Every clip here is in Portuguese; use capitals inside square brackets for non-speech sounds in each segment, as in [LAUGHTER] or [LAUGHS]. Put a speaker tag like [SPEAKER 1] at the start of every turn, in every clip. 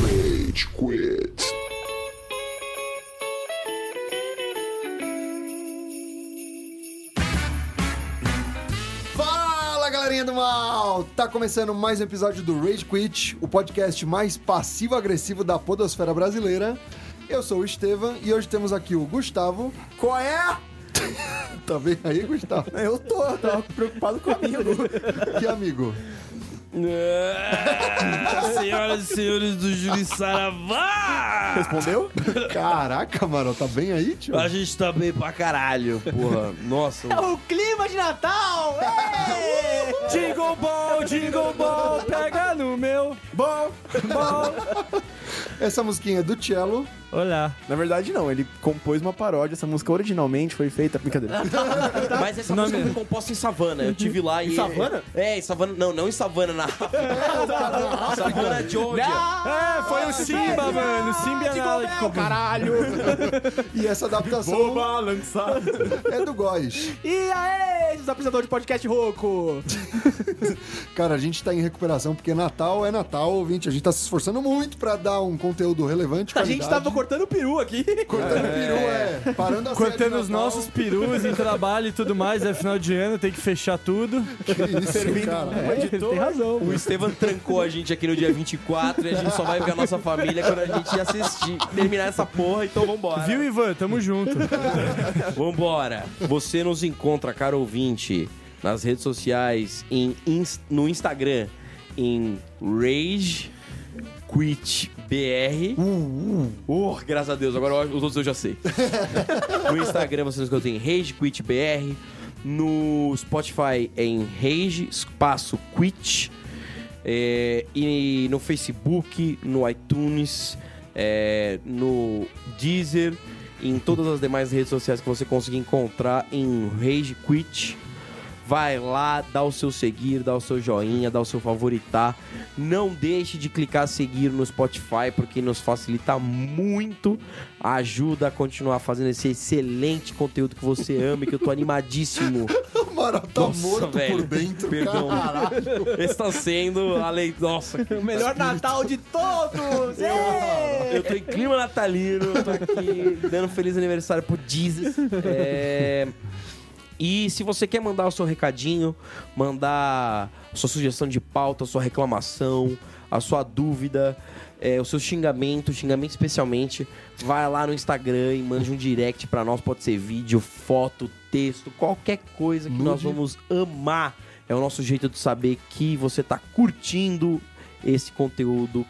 [SPEAKER 1] Rage Quit.
[SPEAKER 2] Fala galerinha do mal! Tá começando mais um episódio do Rage Quit, o podcast mais passivo-agressivo da podosfera brasileira. Eu sou o Estevam e hoje temos aqui o Gustavo.
[SPEAKER 3] Qual é?
[SPEAKER 2] [LAUGHS] Tá bem aí, Gustavo?
[SPEAKER 3] Eu tô, tava preocupado comigo.
[SPEAKER 2] [LAUGHS] Que amigo?
[SPEAKER 4] Ah, Senhoras e senhores do Júlio Saravá!
[SPEAKER 3] Respondeu?
[SPEAKER 2] Caraca, mano, tá bem aí, tio?
[SPEAKER 4] A gente tá bem pra caralho, porra. Nossa,
[SPEAKER 3] É
[SPEAKER 5] O clima de Natal! Ê!
[SPEAKER 3] Jingle ball, jingle ball, pega no meu bom, bom.
[SPEAKER 2] Essa musiquinha é do cello.
[SPEAKER 4] olá.
[SPEAKER 3] Na verdade, não, ele compôs uma paródia. Essa música originalmente foi feita. Brincadeira. Tá.
[SPEAKER 5] Mas essa música foi
[SPEAKER 4] é
[SPEAKER 5] composta em savana. Eu tive lá e. Em
[SPEAKER 3] savana?
[SPEAKER 5] É, em savana. Não, não em savana, na [LAUGHS] África. savana Georgia.
[SPEAKER 3] É, foi o Simba, mano. O Simba e a que compôs. Caralho.
[SPEAKER 2] E
[SPEAKER 4] [LAUGHS]
[SPEAKER 2] essa adaptação
[SPEAKER 3] Vou balançar.
[SPEAKER 2] é do Góis.
[SPEAKER 5] E aê, os apresentadores de podcast Roco!
[SPEAKER 2] [LAUGHS] Cara, a gente tá em recuperação porque Natal é Natal, ouvinte. A gente tá se esforçando muito pra dar um conteúdo relevante.
[SPEAKER 5] A gente
[SPEAKER 2] qualidade.
[SPEAKER 5] tava cortando peru aqui.
[SPEAKER 2] cortando peru, é. Parando a série
[SPEAKER 4] Cortando
[SPEAKER 2] de
[SPEAKER 4] os
[SPEAKER 2] Natal.
[SPEAKER 4] [LAUGHS] nossos perus em trabalho e tudo mais, é final de ano, tem que fechar tudo.
[SPEAKER 2] Que
[SPEAKER 4] [LAUGHS]
[SPEAKER 2] isso, cara.
[SPEAKER 4] É, tem razão.
[SPEAKER 5] O Estevam trancou a gente aqui no dia 24 e a gente só vai ver a nossa família quando a gente assistir, terminar essa porra, então vambora.
[SPEAKER 4] Viu, Ivan? Tamo junto.
[SPEAKER 5] Vambora. Você nos encontra, caro ouvinte, nas redes sociais, em, ins- no Instagram, em Rage Quit BR. Uh, graças a Deus, agora os outros eu já sei. no Instagram você nos encontra em Rage Quit BR. No Spotify é em Rage Espaço Quit. É, e no Facebook, no iTunes, é, no Deezer, em todas as demais redes sociais que você conseguir encontrar em Rage Quit. Vai lá, dá o seu seguir, dá o seu joinha, dá o seu favoritar. Não deixe de clicar seguir no Spotify, porque nos facilita muito. Ajuda a continuar fazendo esse excelente conteúdo que você ama e que eu tô [LAUGHS] animadíssimo.
[SPEAKER 2] O Maral tá
[SPEAKER 5] Nossa,
[SPEAKER 2] morto por
[SPEAKER 5] velho.
[SPEAKER 2] dentro.
[SPEAKER 5] Perdão.
[SPEAKER 2] Caraca.
[SPEAKER 5] Está sendo a lei. Nossa, o melhor Natal de todos! Eu tô em clima natalino, tô aqui dando feliz aniversário pro Jesus. É, E se você quer mandar o seu recadinho, mandar sua sugestão de pauta, sua reclamação, a sua dúvida, é, o seu xingamento, xingamento especialmente, vai lá no Instagram e mande um direct pra nós. Pode ser vídeo, foto, texto, qualquer coisa que nós vamos amar. É o nosso jeito de saber que você tá curtindo esse conteúdo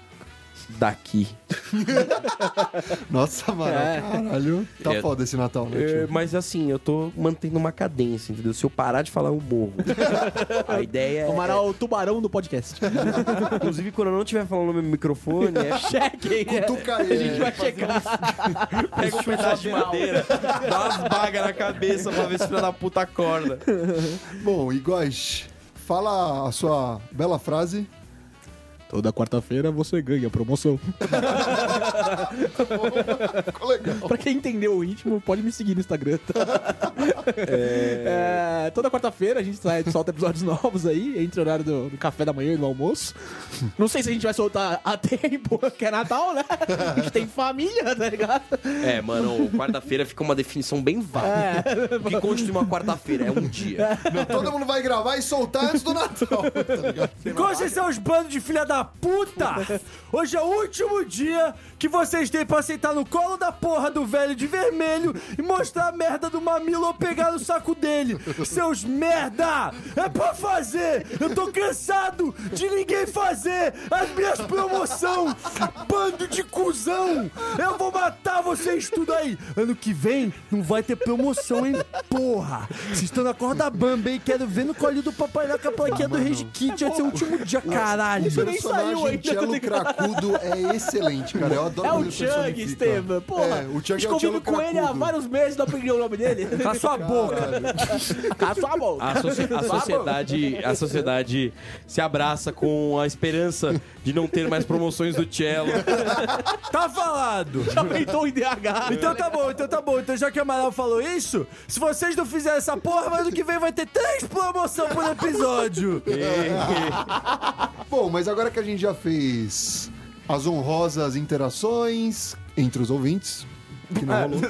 [SPEAKER 5] daqui.
[SPEAKER 2] Nossa, Maral, caralho. Tá
[SPEAKER 5] É.
[SPEAKER 2] foda esse Natal, né,
[SPEAKER 5] É,
[SPEAKER 2] tio?
[SPEAKER 5] mas assim, eu tô mantendo uma cadência, entendeu? Se eu parar de falar, eu [LAUGHS] morro. A ideia
[SPEAKER 3] O
[SPEAKER 5] é.
[SPEAKER 3] Amaral é o tubarão do podcast.
[SPEAKER 5] Inclusive, quando eu não estiver falando no meu microfone, [LAUGHS] é
[SPEAKER 3] Chequem.
[SPEAKER 2] Tu caiu.
[SPEAKER 5] chegar. [LAUGHS] Pega um pedaço de madeira, dá umas bagas na cabeça pra ver se filha da puta acorda.
[SPEAKER 2] Bom, e Góis, fala a sua bela
[SPEAKER 5] [LAUGHS]
[SPEAKER 2] frase.
[SPEAKER 6] Toda quarta-feira você ganha promoção.
[SPEAKER 2] Ficou legal.
[SPEAKER 6] [LAUGHS] pra quem entendeu o ritmo, pode me seguir no Instagram. tá? [LAUGHS] É, toda quarta-feira a gente sai- solta episódios novos aí, entre o horário do, do café da manhã e do almoço. Não sei se a gente vai soltar a tempo, [LAUGHS] que é Natal, né? A gente tem família, tá ligado?
[SPEAKER 5] É, mano, quarta-feira fica uma definição bem vaga. O que constitui uma quarta-feira? É um dia.
[SPEAKER 2] Não, todo mundo vai gravar e soltar antes do Natal. tá ligado?
[SPEAKER 4] Enquanto vocês são os bandos de filha da puta, hoje é o último dia que vocês têm pra aceitar no colo da porra do velho de vermelho e mostrar a merda do mamilo ou pegar no saco dele. Seus merda! É pra fazer! Eu tô cansado de ninguém fazer as minhas promoção! Bando de cuzão! Eu vou matar vocês tudo aí! Ano que vem não vai ter promoção, hein? Porra! Vocês estão na corda bamba, hein? Quero ver no colinho do papai na plaquinha do Rage Kit. Esse é o último dia, caralho!
[SPEAKER 2] O personagem Cello Cracudo é excelente, cara. Eu adoro
[SPEAKER 6] tá É
[SPEAKER 2] como
[SPEAKER 6] o
[SPEAKER 2] ele
[SPEAKER 6] Chang,
[SPEAKER 2] personifica.
[SPEAKER 6] Estevam. Porra,
[SPEAKER 2] É, o Chang é o
[SPEAKER 6] a gente convive
[SPEAKER 2] Tchelo
[SPEAKER 6] com ele há
[SPEAKER 2] Cracudo.
[SPEAKER 6] vários meses, não aprendi o nome
[SPEAKER 2] [LAUGHS]
[SPEAKER 6] dele.
[SPEAKER 4] Cala Tá sua boca!
[SPEAKER 6] Cala sua
[SPEAKER 2] Ah.
[SPEAKER 6] boca.
[SPEAKER 5] A, socie- a sociedade, a sociedade se abraça com a esperança de não ter mais promoções do cello.
[SPEAKER 4] Tá falado!
[SPEAKER 6] Já Aumentou o IDH.
[SPEAKER 4] Então tá bom, então tá bom. Então já que o Amaral falou isso, se vocês não fizerem essa porra, ano que vem vai ter três promoção por episódio.
[SPEAKER 2] Bom, mas agora que a gente já fez as honrosas interações entre os ouvintes. Que
[SPEAKER 6] Ah,
[SPEAKER 2] não rolou.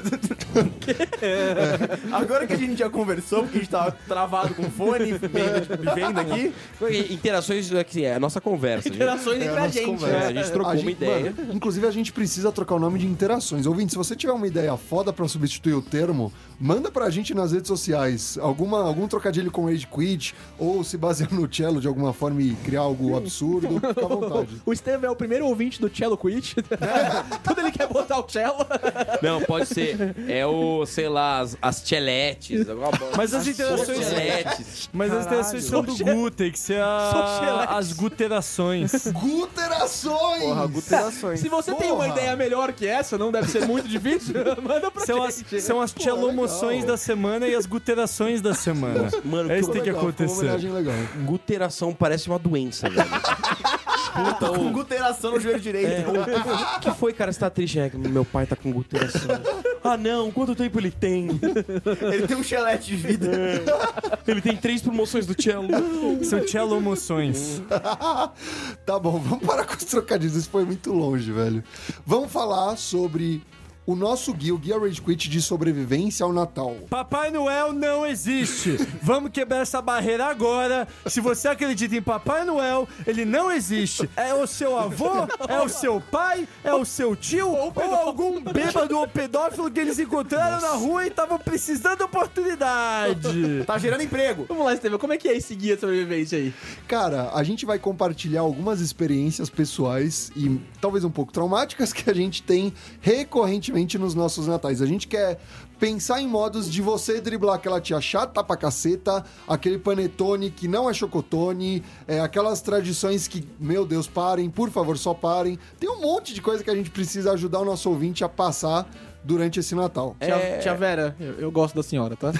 [SPEAKER 3] Agora que a gente já conversou, porque a gente tava travado com fone, vendo, vendo aqui.
[SPEAKER 5] Interações é que é a nossa conversa. gente.
[SPEAKER 6] Interações
[SPEAKER 2] É,
[SPEAKER 6] entre
[SPEAKER 2] a
[SPEAKER 6] a
[SPEAKER 2] nossa
[SPEAKER 6] gente.
[SPEAKER 2] conversa.
[SPEAKER 5] É, a gente trocou
[SPEAKER 2] A
[SPEAKER 5] uma
[SPEAKER 2] gente-
[SPEAKER 5] ideia.
[SPEAKER 2] mano, inclusive, a gente precisa trocar o nome de interações. Ouvinte, se você tiver uma ideia foda pra substituir o termo, manda pra gente nas redes sociais alguma, algum trocadilho com Rage Quit ou se basear no cello de alguma forma e criar algo absurdo. Fica à
[SPEAKER 5] [LAUGHS]
[SPEAKER 2] vontade.
[SPEAKER 6] O Estevam é o primeiro ouvinte do Cello Quit.
[SPEAKER 2] É.
[SPEAKER 6] [LAUGHS] Quando ele quer botar o cello.
[SPEAKER 5] Não, pode ser. É o, sei lá, as, as cheletes. alguma bosta.
[SPEAKER 4] Mas as interações.
[SPEAKER 5] cheletes.
[SPEAKER 4] Mas as interações são do
[SPEAKER 6] Sou che-
[SPEAKER 4] Gu, tem que ser a-
[SPEAKER 6] Sou chelete.
[SPEAKER 4] as guterações.
[SPEAKER 2] Guterações!
[SPEAKER 3] Porra, guterações.
[SPEAKER 6] Se você tem uma
[SPEAKER 2] Porra.
[SPEAKER 6] ideia melhor que essa, não deve ser muito difícil, [LAUGHS] manda pra
[SPEAKER 4] São as,
[SPEAKER 6] gente.
[SPEAKER 4] são as é tchelomoções
[SPEAKER 2] legal.
[SPEAKER 4] da semana e as guterações da semana.
[SPEAKER 5] Mano,
[SPEAKER 4] é
[SPEAKER 5] que
[SPEAKER 4] isso que tem que
[SPEAKER 2] Legal, né, ficou uma
[SPEAKER 4] acontecer.
[SPEAKER 2] homenagem legal.
[SPEAKER 5] Guteração parece uma doença, velho. Puta,
[SPEAKER 3] Com
[SPEAKER 5] ô,
[SPEAKER 3] guteração no joelho direito.
[SPEAKER 5] o que foi, cara? Você tá triste? É que meu pai tá com guteração. Ah, não. Quanto tempo ele tem?
[SPEAKER 3] Ele tem um chelete de vida.
[SPEAKER 5] Ele tem três promoções do cello.
[SPEAKER 4] São tchelomoções.
[SPEAKER 2] Tá bom, vamos parar com os trocadilhos, isso foi muito longe, velho. Vamos falar sobre o nosso guia, o Guia Rage Quit de sobrevivência ao Natal.
[SPEAKER 4] Papai Noel não existe. Vamos quebrar essa barreira agora. Se você acredita em Papai Noel, ele não existe. É o seu avô, é o seu pai, é o seu tio ou, algum bêbado ou pedófilo que eles encontraram na rua e estavam precisando de oportunidade.
[SPEAKER 3] Tá gerando emprego.
[SPEAKER 6] Vamos lá, Estevam, como é que é esse guia de sobrevivência aí?
[SPEAKER 2] Cara, a gente vai compartilhar algumas experiências pessoais e talvez um pouco traumáticas que a gente tem recorrentemente nos nossos natais. A gente quer pensar em modos de você driblar aquela tia chata pra caceta, aquele panetone que não é chocotone, é, aquelas tradições que, meu Deus, parem, por favor, só parem. Tem um monte de coisa que a gente precisa ajudar o nosso ouvinte a passar durante esse Natal.
[SPEAKER 6] Tia, tia Vera, eu, eu gosto da senhora, tá?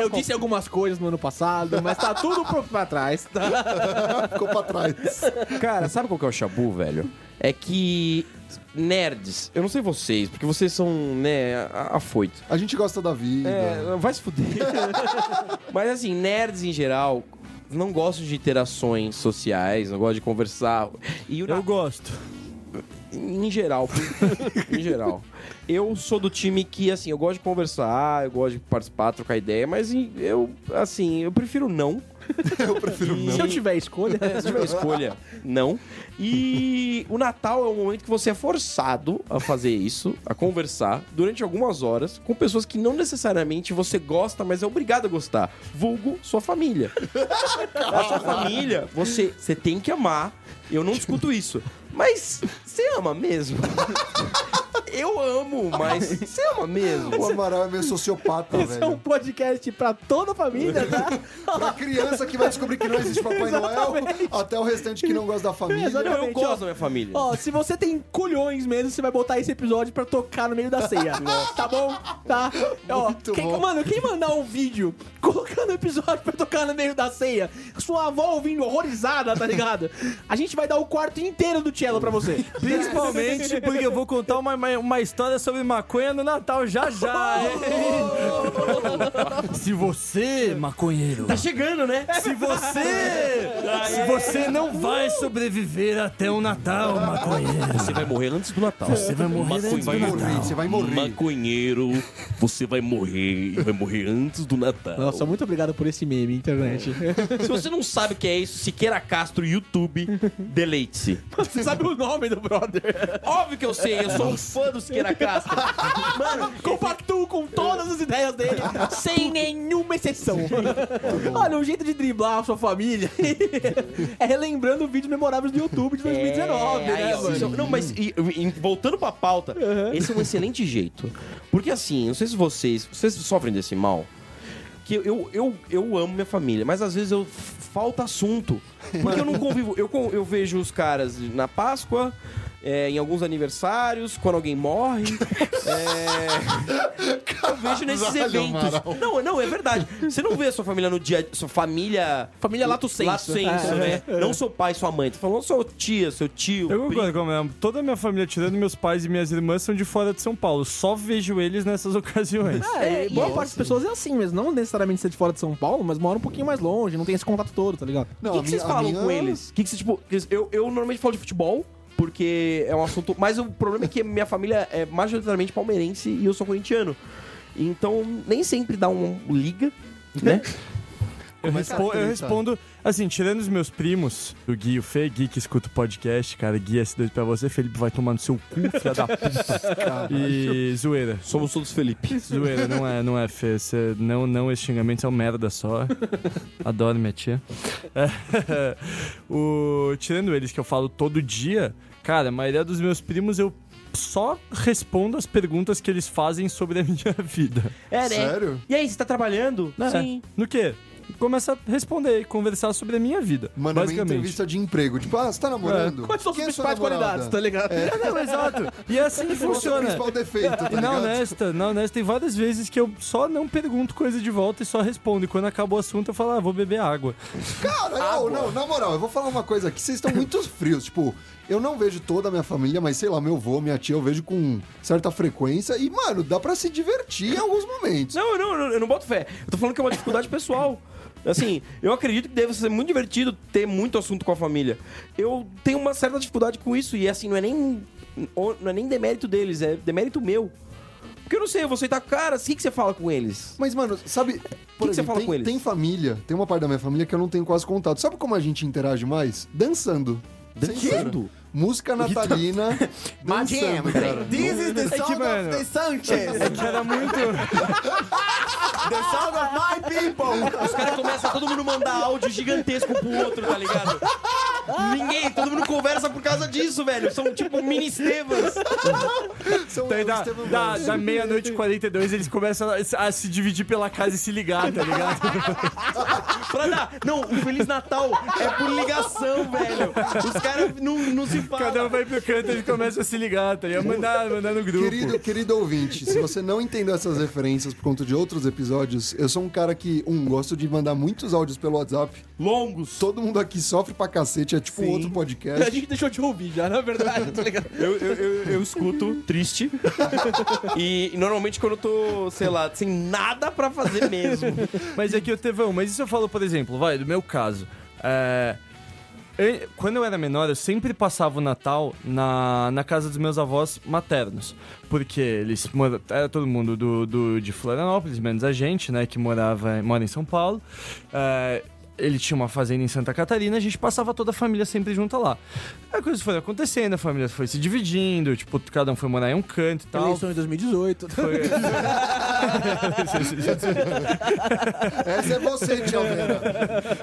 [SPEAKER 6] eu disse algumas coisas no ano passado, mas tá tudo pro- pra trás, tá?
[SPEAKER 2] Ficou pra trás.
[SPEAKER 5] Cara, sabe qual que é o chabu, velho? É que nerds, eu não sei vocês, porque vocês são, né, a- afoitos.
[SPEAKER 2] A gente gosta da vida.
[SPEAKER 5] É, vai se fuder. [LAUGHS] Mas assim, nerds em geral não gostam de interações sociais, não gostam de conversar. E o
[SPEAKER 4] Eu gosto.
[SPEAKER 5] em geral, [LAUGHS] em geral. Eu sou do time que, assim, eu gosto de conversar, eu gosto de participar, trocar ideia, mas em- eu, assim, eu prefiro não. eu prefiro
[SPEAKER 6] Se eu tiver escolha.
[SPEAKER 5] É, [LAUGHS] se tiver escolha, não. E o Natal é um momento que você é forçado a fazer isso, a conversar durante algumas horas com pessoas que não necessariamente você gosta, mas é obrigado a gostar. Vulgo sua família. A sua família, você, você tem que amar. Eu não discuto isso. Mas você ama mesmo? [LAUGHS] Eu amo, mas você ama mesmo?
[SPEAKER 2] O Amaral é meio sociopata,
[SPEAKER 6] Esse é um
[SPEAKER 2] velho.
[SPEAKER 6] podcast pra toda a família, tá?
[SPEAKER 2] [LAUGHS] Pra criança que vai descobrir que não existe Papai Noel, até o restante que não gosta da família.
[SPEAKER 6] Exatamente.
[SPEAKER 5] Não, eu gosto da minha família.
[SPEAKER 6] Ó, se você tem colhões mesmo, você vai botar esse episódio pra tocar no meio da ceia. tá bom? Tá? Ó,
[SPEAKER 2] Muito
[SPEAKER 6] quem-
[SPEAKER 2] bom.
[SPEAKER 6] Mano, quem mandar um vídeo [LAUGHS] colocando o episódio pra tocar no meio da ceia, sua avó ouvindo horrorizada, tá ligado? A gente vai dar o quarto inteiro do cello pra você.
[SPEAKER 4] Principalmente porque eu vou contar uma, uma- uma história sobre maconha no Natal já já,
[SPEAKER 5] Oh!
[SPEAKER 4] hein? Se você, maconheiro.
[SPEAKER 5] Tá chegando, né?
[SPEAKER 4] Se você. Se você não vai sobreviver até o Natal, maconheiro.
[SPEAKER 5] Você vai morrer antes do Natal.
[SPEAKER 4] Você vai morrer antes do
[SPEAKER 2] Você vai morrer, você vai morrer.
[SPEAKER 5] Maconheiro, você vai morrer. Vai morrer antes do Natal.
[SPEAKER 6] Nossa, muito obrigado por esse meme, internet.
[SPEAKER 5] Se você não sabe o que é isso, Siqueira Castro, YouTube, deleite-se.
[SPEAKER 6] você sabe o nome do brother.
[SPEAKER 5] Óbvio que eu sei, eu sou um fã do Siqueira Castro. Mano,
[SPEAKER 6] Compactuo com todas as ideias dele, sem nenhuma exceção. Olha, o jeito de driblar a sua família [LAUGHS] é relembrando vídeos memoráveis do YouTube de 2019,
[SPEAKER 5] É, aí,
[SPEAKER 6] né,
[SPEAKER 5] ó,
[SPEAKER 6] mano?
[SPEAKER 5] isso- não, mas e- e- voltando pra pauta, esse é um excelente jeito. Porque assim, não sei se vocês. Vocês sofrem desse mal. Que eu, eu, eu amo minha família, mas às vezes eu f- falta assunto. Porque eu não convivo. Eu, con- eu vejo os caras na Páscoa. é, em alguns aniversários, quando alguém morre. é, eu vejo nesses
[SPEAKER 2] Caralho,
[SPEAKER 5] eventos.
[SPEAKER 2] Amaral.
[SPEAKER 5] Não, não, é verdade. Você não vê sua família no dia. Sua família.
[SPEAKER 6] Família lato sensu.
[SPEAKER 5] Lato sensu,
[SPEAKER 6] É,
[SPEAKER 5] né? Não seu pai, sua mãe. Tô falando sua tia, seu tio.
[SPEAKER 4] Eu
[SPEAKER 5] primo.
[SPEAKER 4] concordo com a minha- Toda a minha família, tirando meus pais e minhas irmãs, são de fora de São Paulo. Só vejo eles nessas [LAUGHS] ocasiões.
[SPEAKER 6] É, e boa parte das pessoas é assim mesmo, não necessariamente ser de fora de São Paulo, mas mora um pouquinho mais longe, não tem esse contato todo, tá ligado?
[SPEAKER 5] O que, que vocês falam com eles? O que, que vocês, tipo, eles- eu, eu normalmente falo de futebol, porque é um assunto. Mas o problema é que minha família é majoritariamente palmeirense e eu sou corintiano. Então nem sempre dá um liga, né?
[SPEAKER 4] Eu,
[SPEAKER 2] Começa a
[SPEAKER 4] respo- eu
[SPEAKER 2] treta.
[SPEAKER 4] respondo, assim, tirando os meus primos, o Gui, o Fê, Gui que escuta o podcast, cara, Gui S2 pra você, Felipe vai tomar no seu cu, filha da puta. E zoeira.
[SPEAKER 5] Somos todos Felipe.
[SPEAKER 4] Zoeira, não é, não é, Fê. Você- não, não, esse xingamento é um merda só. Adoro minha tia. [LAUGHS] É, o, tirando eles que eu falo todo dia, cara, a maioria dos meus primos eu só respondo as perguntas que eles fazem sobre a minha [LAUGHS] vida.
[SPEAKER 5] É,
[SPEAKER 2] Sério?
[SPEAKER 5] E aí, você tá trabalhando?
[SPEAKER 4] É.
[SPEAKER 5] Sim.
[SPEAKER 4] No quê? Começa a responder e conversar sobre a minha vida.
[SPEAKER 2] Mano, uma
[SPEAKER 4] basicamente.
[SPEAKER 2] entrevista de emprego. Tipo, ah, você tá namorando?
[SPEAKER 6] Quais são as
[SPEAKER 2] Quem é sua
[SPEAKER 6] principais
[SPEAKER 2] namorada?
[SPEAKER 6] qualidades, tá ligado?
[SPEAKER 4] É, não, exato. E assim que
[SPEAKER 2] Qual o seu
[SPEAKER 4] funciona.
[SPEAKER 2] principal defeito,
[SPEAKER 6] [LAUGHS]
[SPEAKER 2] tá
[SPEAKER 4] E
[SPEAKER 2] ligado?
[SPEAKER 4] na
[SPEAKER 6] né?
[SPEAKER 4] honesta, na honesta, tem várias vezes que eu só não pergunto coisa de volta e só respondo. E quando acaba o assunto, eu falo, ah, vou beber água.
[SPEAKER 2] Tipo, Cara, não, não, na moral, eu vou falar uma coisa aqui, vocês estão muito frios. Tipo, eu não vejo toda a minha família, mas sei lá, meu avô, minha tia, eu vejo com certa frequência. E, mano, dá pra se divertir em alguns momentos.
[SPEAKER 5] Não, eu não, eu não boto fé. Eu tô falando que é uma dificuldade pessoal. Assim, eu acredito que deve ser muito divertido ter muito assunto com a família. Eu tenho uma certa dificuldade com isso e assim, não é nem não é nem demérito deles, é demérito meu. Porque eu não sei, eu vou aceitar cara, o que, que você fala com eles?
[SPEAKER 2] Mas, mano, sabe.
[SPEAKER 5] que
[SPEAKER 2] Por
[SPEAKER 5] você
[SPEAKER 2] exemplo,
[SPEAKER 5] fala
[SPEAKER 2] tem,
[SPEAKER 5] com eles?
[SPEAKER 2] tem família, tem uma parte da minha família que eu não tenho quase contato. Sabe como a gente interage mais? Dançando. Dançando? Música
[SPEAKER 5] Então,
[SPEAKER 2] natalina.
[SPEAKER 5] [LAUGHS]
[SPEAKER 2] dançando, cara.
[SPEAKER 3] This is the
[SPEAKER 4] É que,
[SPEAKER 3] song
[SPEAKER 4] mano, é
[SPEAKER 3] of the Sanchez.
[SPEAKER 4] Que era muito.
[SPEAKER 3] The song of my
[SPEAKER 4] [LAUGHS]
[SPEAKER 3] people.
[SPEAKER 5] Os caras começam todo mundo mandar áudio gigantesco pro outro, tá ligado? Ninguém, todo mundo conversa por causa disso, velho. São tipo mini Estevans.
[SPEAKER 2] São
[SPEAKER 4] Daí da,
[SPEAKER 2] Estevam
[SPEAKER 4] da,
[SPEAKER 2] Valls.
[SPEAKER 4] da meia-noite e 42, eles começam a, a se dividir pela casa e se ligar, tá ligado? [LAUGHS]
[SPEAKER 5] Pra dar. Não, o Feliz Natal é por ligação, velho. Os caras não, não se falam.
[SPEAKER 4] Cada um vai pro canto, eles começam a se ligar, tá ligado? Mandar, mandar no grupo.
[SPEAKER 2] Querido, querido ouvinte, se você não entendeu essas referências por conta de outros episódios, eu sou um cara que, um, gosto de mandar muitos áudios pelo WhatsApp.
[SPEAKER 5] Longos.
[SPEAKER 2] Todo mundo aqui sofre pra cacete, é tipo um outro
[SPEAKER 6] A
[SPEAKER 2] podcast.
[SPEAKER 6] gente deixou de ouvir já, na
[SPEAKER 5] [LAUGHS]
[SPEAKER 6] verdade, tá ligado?
[SPEAKER 5] Eu, eu, eu, eu escuto triste. [LAUGHS] e, e normalmente quando eu tô, sei lá, sem nada pra fazer mesmo.
[SPEAKER 4] Mas é que, ô, Tevão, mas isso eu falo, por exemplo, vai, do meu caso. É, eu- quando eu era menor, eu sempre passava o Natal na, na casa dos meus avós maternos. Porque eles moram. Era todo mundo do, do- de Florianópolis, menos a gente, né? Que morava, mora em São Paulo. É, ele tinha uma fazenda em Santa Catarina, a gente passava toda a família sempre junta lá. A coisa foi acontecendo, a família foi se dividindo, tipo, cada um foi morar em um canto e tal.
[SPEAKER 6] Eleição em 2018. [LAUGHS]
[SPEAKER 4] Foi- [LAUGHS]
[SPEAKER 2] Essa é você, Tia Vera.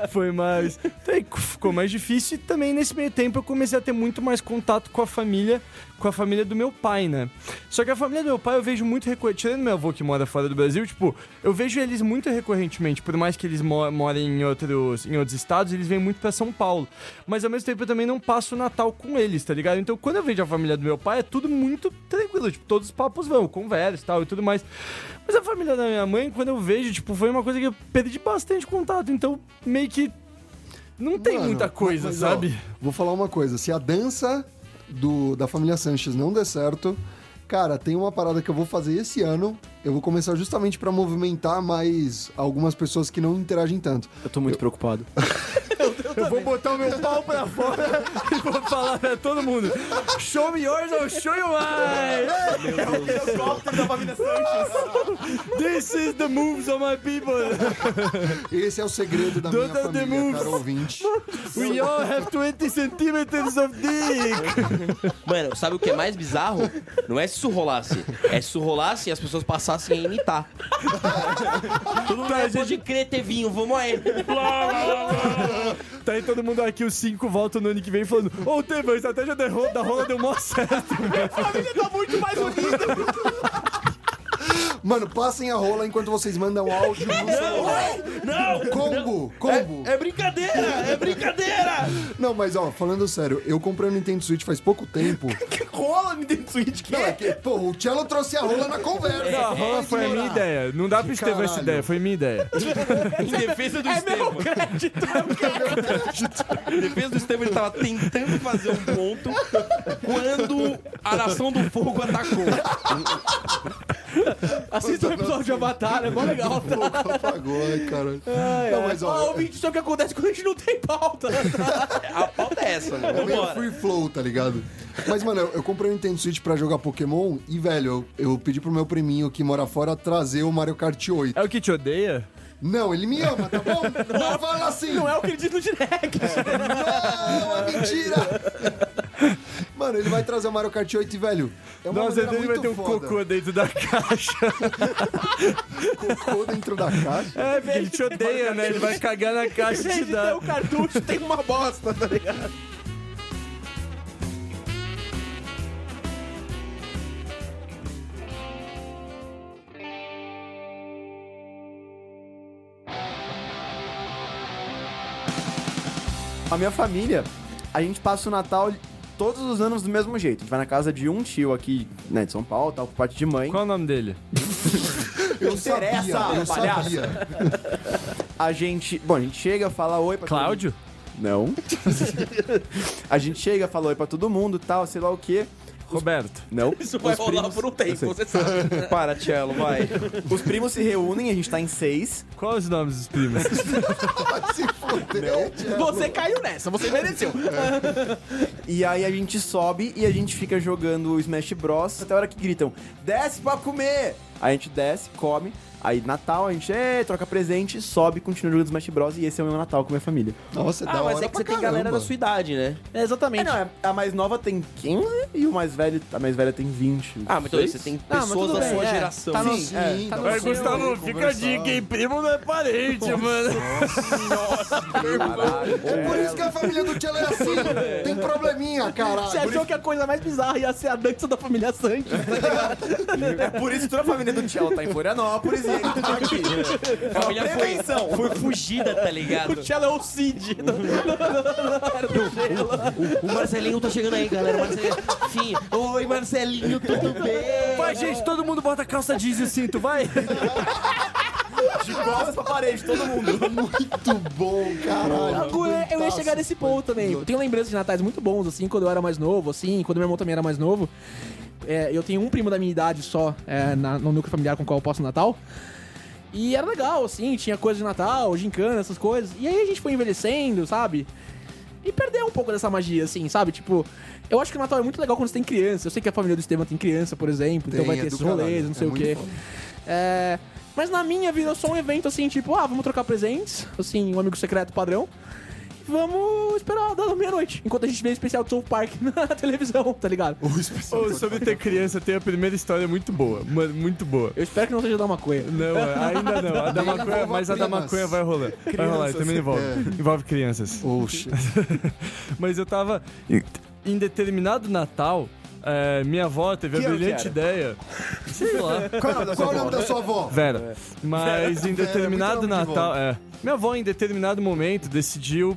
[SPEAKER 4] Foi mais. Daí ficou mais difícil e também nesse meio tempo eu comecei a ter muito mais contato com a família, com a família do meu pai, né? Só que a família do meu pai eu vejo muito recorrente, tirando meu avô que mora fora do Brasil, tipo, eu vejo eles muito recorrentemente, por mais que eles mo- morem em outros, em outros estados, eles vêm muito pra São Paulo. Mas ao mesmo tempo eu também não passo o Natal com eles, tá ligado? Então quando eu vejo a família do meu pai é tudo muito tranquilo, tipo, todos os papos vão, conversa e tal e tudo mais. Mas a família da minha mãe, quando eu vejo, tipo, foi uma coisa que eu perdi bastante contato, então meio que não tem
[SPEAKER 2] Mano,
[SPEAKER 4] muita coisa,
[SPEAKER 2] mas, ó,
[SPEAKER 4] sabe?
[SPEAKER 2] vou falar uma coisa: se a dança do, da família Sanches não der certo. Cara, tem uma parada que eu vou fazer esse ano. Eu vou começar justamente pra movimentar mais algumas pessoas que não interagem tanto.
[SPEAKER 7] Eu tô muito
[SPEAKER 2] [LAUGHS]
[SPEAKER 7] preocupado.
[SPEAKER 4] Eu vou botar o meu pau pra fora e vou falar pra todo mundo. Show me yours or show you mine.
[SPEAKER 3] Helicóptero da família Sanchez.
[SPEAKER 4] This is the moves of my
[SPEAKER 7] [LAUGHS]
[SPEAKER 4] people.
[SPEAKER 2] Esse é o segredo da minha
[SPEAKER 4] Don't have the
[SPEAKER 2] família,
[SPEAKER 4] moves.
[SPEAKER 2] cara ouvinte.
[SPEAKER 4] We all have 20 centimeters of dick.
[SPEAKER 5] Mano, sabe o que é mais bizarro? Não é se isso rolasse. É se isso rolasse e as pessoas passassem a imitar. Todo mundo
[SPEAKER 4] Tá,
[SPEAKER 5] "Ah,
[SPEAKER 4] gente.
[SPEAKER 5] pode crer, Tevinho, vamos aí.
[SPEAKER 4] Tá aí todo mundo aqui, os cinco voltam no ano que vem falando Ô, oh, Tevão, a estratégia da rola, da rola deu
[SPEAKER 6] [LAUGHS]
[SPEAKER 4] mó certo.
[SPEAKER 2] Mano, passem a rola enquanto vocês mandam áudio no celular.
[SPEAKER 5] Não!
[SPEAKER 2] Combo, combo.
[SPEAKER 5] É brincadeira, é brincadeira!
[SPEAKER 2] Não, mas ó, falando sério, eu comprei o Nintendo Switch faz pouco tempo.
[SPEAKER 5] [LAUGHS] Que rola Nintendo Switch, que
[SPEAKER 2] Não, é que, pô, o Cello trouxe a rola na conversa.
[SPEAKER 4] A rola foi a minha ideia. Não dá pra Estevão essa
[SPEAKER 2] Caralho.
[SPEAKER 4] ideia, foi minha ideia.
[SPEAKER 5] Em defesa do Estevam. é Em defesa do Estevam, ele tava tentando fazer um ponto quando a Nação do Fogo atacou.
[SPEAKER 6] Assista o episódio de Avatar, é mó
[SPEAKER 2] [LAUGHS]
[SPEAKER 6] legal.
[SPEAKER 2] Pô, apagou, ai, caralho. Não, mas
[SPEAKER 5] Ah,
[SPEAKER 6] Ó,
[SPEAKER 2] ó,
[SPEAKER 6] ouvinte, isso é o que acontece quando a gente não tem pauta. né?
[SPEAKER 5] A pauta é essa, né?
[SPEAKER 2] É meio
[SPEAKER 5] Vambora.
[SPEAKER 2] free flow, tá ligado? Mas, mano, eu, eu comprei o Nintendo Switch pra jogar Pokémon e, velho, eu, eu pedi pro meu priminho que mora fora trazer o Mario Kart 8.
[SPEAKER 4] É o que te odeia?
[SPEAKER 2] Não, ele me ama, tá
[SPEAKER 5] [LAUGHS]
[SPEAKER 2] bom? Não fala assim!
[SPEAKER 6] Não é o que ele diz no direct.
[SPEAKER 2] Não, é
[SPEAKER 4] [LAUGHS]
[SPEAKER 2] mentira! Mano, ele vai trazer o Mario Kart 8 e, velho, é uma
[SPEAKER 4] Nossa,
[SPEAKER 2] maneira
[SPEAKER 4] ele vai
[SPEAKER 2] muito
[SPEAKER 4] ter um
[SPEAKER 2] foda.
[SPEAKER 4] cocô
[SPEAKER 2] [LAUGHS]
[SPEAKER 4] dentro da caixa.
[SPEAKER 2] Cocô dentro da caixa.
[SPEAKER 4] É, porque ele te odeia, né? Ele vai cagar na caixa e
[SPEAKER 6] Se
[SPEAKER 4] te
[SPEAKER 6] ele der
[SPEAKER 4] dá.
[SPEAKER 6] o cartucho, tem uma bosta, tá ligado?
[SPEAKER 3] A minha família, a gente passa o Natal todos os anos do mesmo jeito. A gente vai na casa de um tio aqui, né, de São Paulo, tal, por parte de mãe.
[SPEAKER 4] Qual é o nome dele?
[SPEAKER 2] Eu
[SPEAKER 3] Interessa,
[SPEAKER 2] sabia, eu
[SPEAKER 3] palhaço.
[SPEAKER 2] sabia.
[SPEAKER 3] A gente, bom, a gente chega, fala oi pra todo
[SPEAKER 4] Cláudio?
[SPEAKER 3] Não. [LAUGHS] a gente chega, fala oi pra todo mundo, tal, sei lá o quê.
[SPEAKER 4] Roberto.
[SPEAKER 3] Não.
[SPEAKER 6] Isso
[SPEAKER 5] é
[SPEAKER 6] vai
[SPEAKER 3] Os
[SPEAKER 6] rolar
[SPEAKER 3] primos-
[SPEAKER 6] por um tempo,
[SPEAKER 3] Eu
[SPEAKER 6] você sabe.
[SPEAKER 5] Para, Tchelo, vai.
[SPEAKER 3] Os primos se reúnem, a gente tá em seis.
[SPEAKER 4] Qual os nomes dos primos?
[SPEAKER 2] Vai se foder, Thiago.
[SPEAKER 6] Você caiu nessa, você mereceu.
[SPEAKER 3] E aí a gente sobe e a gente fica jogando o Smash Bros. Até a hora que gritam, desce pra comer! Aí a gente desce, come. Aí Natal, a gente "Ê, troca presente, sobe, continua jogando Smash Bros. E esse é o meu Natal com a minha família.
[SPEAKER 2] Nossa,
[SPEAKER 5] Ah,
[SPEAKER 2] da
[SPEAKER 5] mas
[SPEAKER 2] hora
[SPEAKER 5] é que
[SPEAKER 2] pra
[SPEAKER 5] você tem galera
[SPEAKER 2] caramba.
[SPEAKER 5] da sua idade, né?
[SPEAKER 6] É,
[SPEAKER 3] É,
[SPEAKER 6] exatamente.
[SPEAKER 3] não, é- a mais nova tem 15 e o mais velho, a mais velha tem 20.
[SPEAKER 5] Ah, mas então você tem
[SPEAKER 3] mas
[SPEAKER 5] pessoas
[SPEAKER 3] tudo
[SPEAKER 5] da
[SPEAKER 3] bem,
[SPEAKER 5] sua
[SPEAKER 3] é.
[SPEAKER 5] geração.
[SPEAKER 3] Tá no-
[SPEAKER 2] Sim,
[SPEAKER 3] é,
[SPEAKER 2] sim,
[SPEAKER 3] tá
[SPEAKER 2] dá
[SPEAKER 3] no
[SPEAKER 2] pra
[SPEAKER 3] seu-
[SPEAKER 2] Gustavo, fica a dica, hein?
[SPEAKER 4] primo não é parente, mano.
[SPEAKER 2] É por isso que a família do Tchelo é assim. Tem probleminha,
[SPEAKER 6] Você
[SPEAKER 2] caralho.
[SPEAKER 6] achou que a coisa mais bizarra ia ser a dança da família Sanches?
[SPEAKER 3] É por isso que toda a família do [LAUGHS] Tchelo tá em Florianópolis e ele tá aqui.
[SPEAKER 5] Família foi, foi fugida, tá ligado?
[SPEAKER 6] O Cello é o Cid.
[SPEAKER 5] [LAUGHS] O Marcelinho tá chegando aí, galera. Marcelinho. Sim. Oi, Marcelinho, tudo
[SPEAKER 6] [LAUGHS]
[SPEAKER 5] bem?
[SPEAKER 4] Vai, [LAUGHS] gente, todo mundo bota calça jeans e cinto, vai.
[SPEAKER 3] De costas pra parede, todo mundo.
[SPEAKER 2] Muito bom, caralho.
[SPEAKER 6] Eu ia chegar nesse ponto também. Eu tenho lembranças de natais muito bons, assim, quando eu era mais novo, assim, quando meu irmão também era mais novo. É, eu tenho um primo da minha idade só é, na- no núcleo familiar com o qual eu passo o Natal. E era legal, assim, tinha coisa de Natal, gincana, essas coisas. E aí a gente foi envelhecendo, sabe? E perdeu um pouco dessa magia, assim, sabe? Tipo, eu acho que o Natal é muito legal quando você tem criança. Eu sei que a família do Estevam tem criança, por exemplo, então
[SPEAKER 2] Tem,
[SPEAKER 6] vai
[SPEAKER 2] é
[SPEAKER 6] ter
[SPEAKER 2] do
[SPEAKER 6] esses rolês,
[SPEAKER 2] caralho,
[SPEAKER 6] não
[SPEAKER 2] é
[SPEAKER 6] sei o
[SPEAKER 2] muito
[SPEAKER 6] quê.
[SPEAKER 2] foda.
[SPEAKER 6] É, mas na minha virou só um evento assim, tipo, ah, vamos trocar presentes, assim, um amigo secreto padrão. Vamos esperar dar meia-noite, enquanto a gente vê o especial do South Park [LAUGHS] na televisão, tá ligado?
[SPEAKER 2] O especial
[SPEAKER 4] [LAUGHS] Ô, sobre ter criança, tem a primeira história muito boa. Mano, muito boa.
[SPEAKER 6] Eu espero que não seja dar maconha.
[SPEAKER 4] Não, ainda não. A da
[SPEAKER 2] Nem
[SPEAKER 4] maconha,
[SPEAKER 2] envolva
[SPEAKER 4] mas a da
[SPEAKER 2] primas. é.
[SPEAKER 4] maconha vai rolar. Vai rolar, também envolve. Envolve crianças.
[SPEAKER 2] Oxe.
[SPEAKER 4] Mas eu tava. em- Em determinado Natal, eh, minha avó teve
[SPEAKER 3] Que
[SPEAKER 4] a
[SPEAKER 3] ano
[SPEAKER 4] brilhante
[SPEAKER 3] que
[SPEAKER 4] ideia. Sei lá.
[SPEAKER 2] Qual é o nome da sua avó? Qual é o nome da sua avó?
[SPEAKER 4] Vera. Mas em
[SPEAKER 2] Vera,
[SPEAKER 4] determinado
[SPEAKER 2] muito nome de
[SPEAKER 4] Natal.
[SPEAKER 2] vó.
[SPEAKER 4] É, minha avó, em determinado momento, decidiu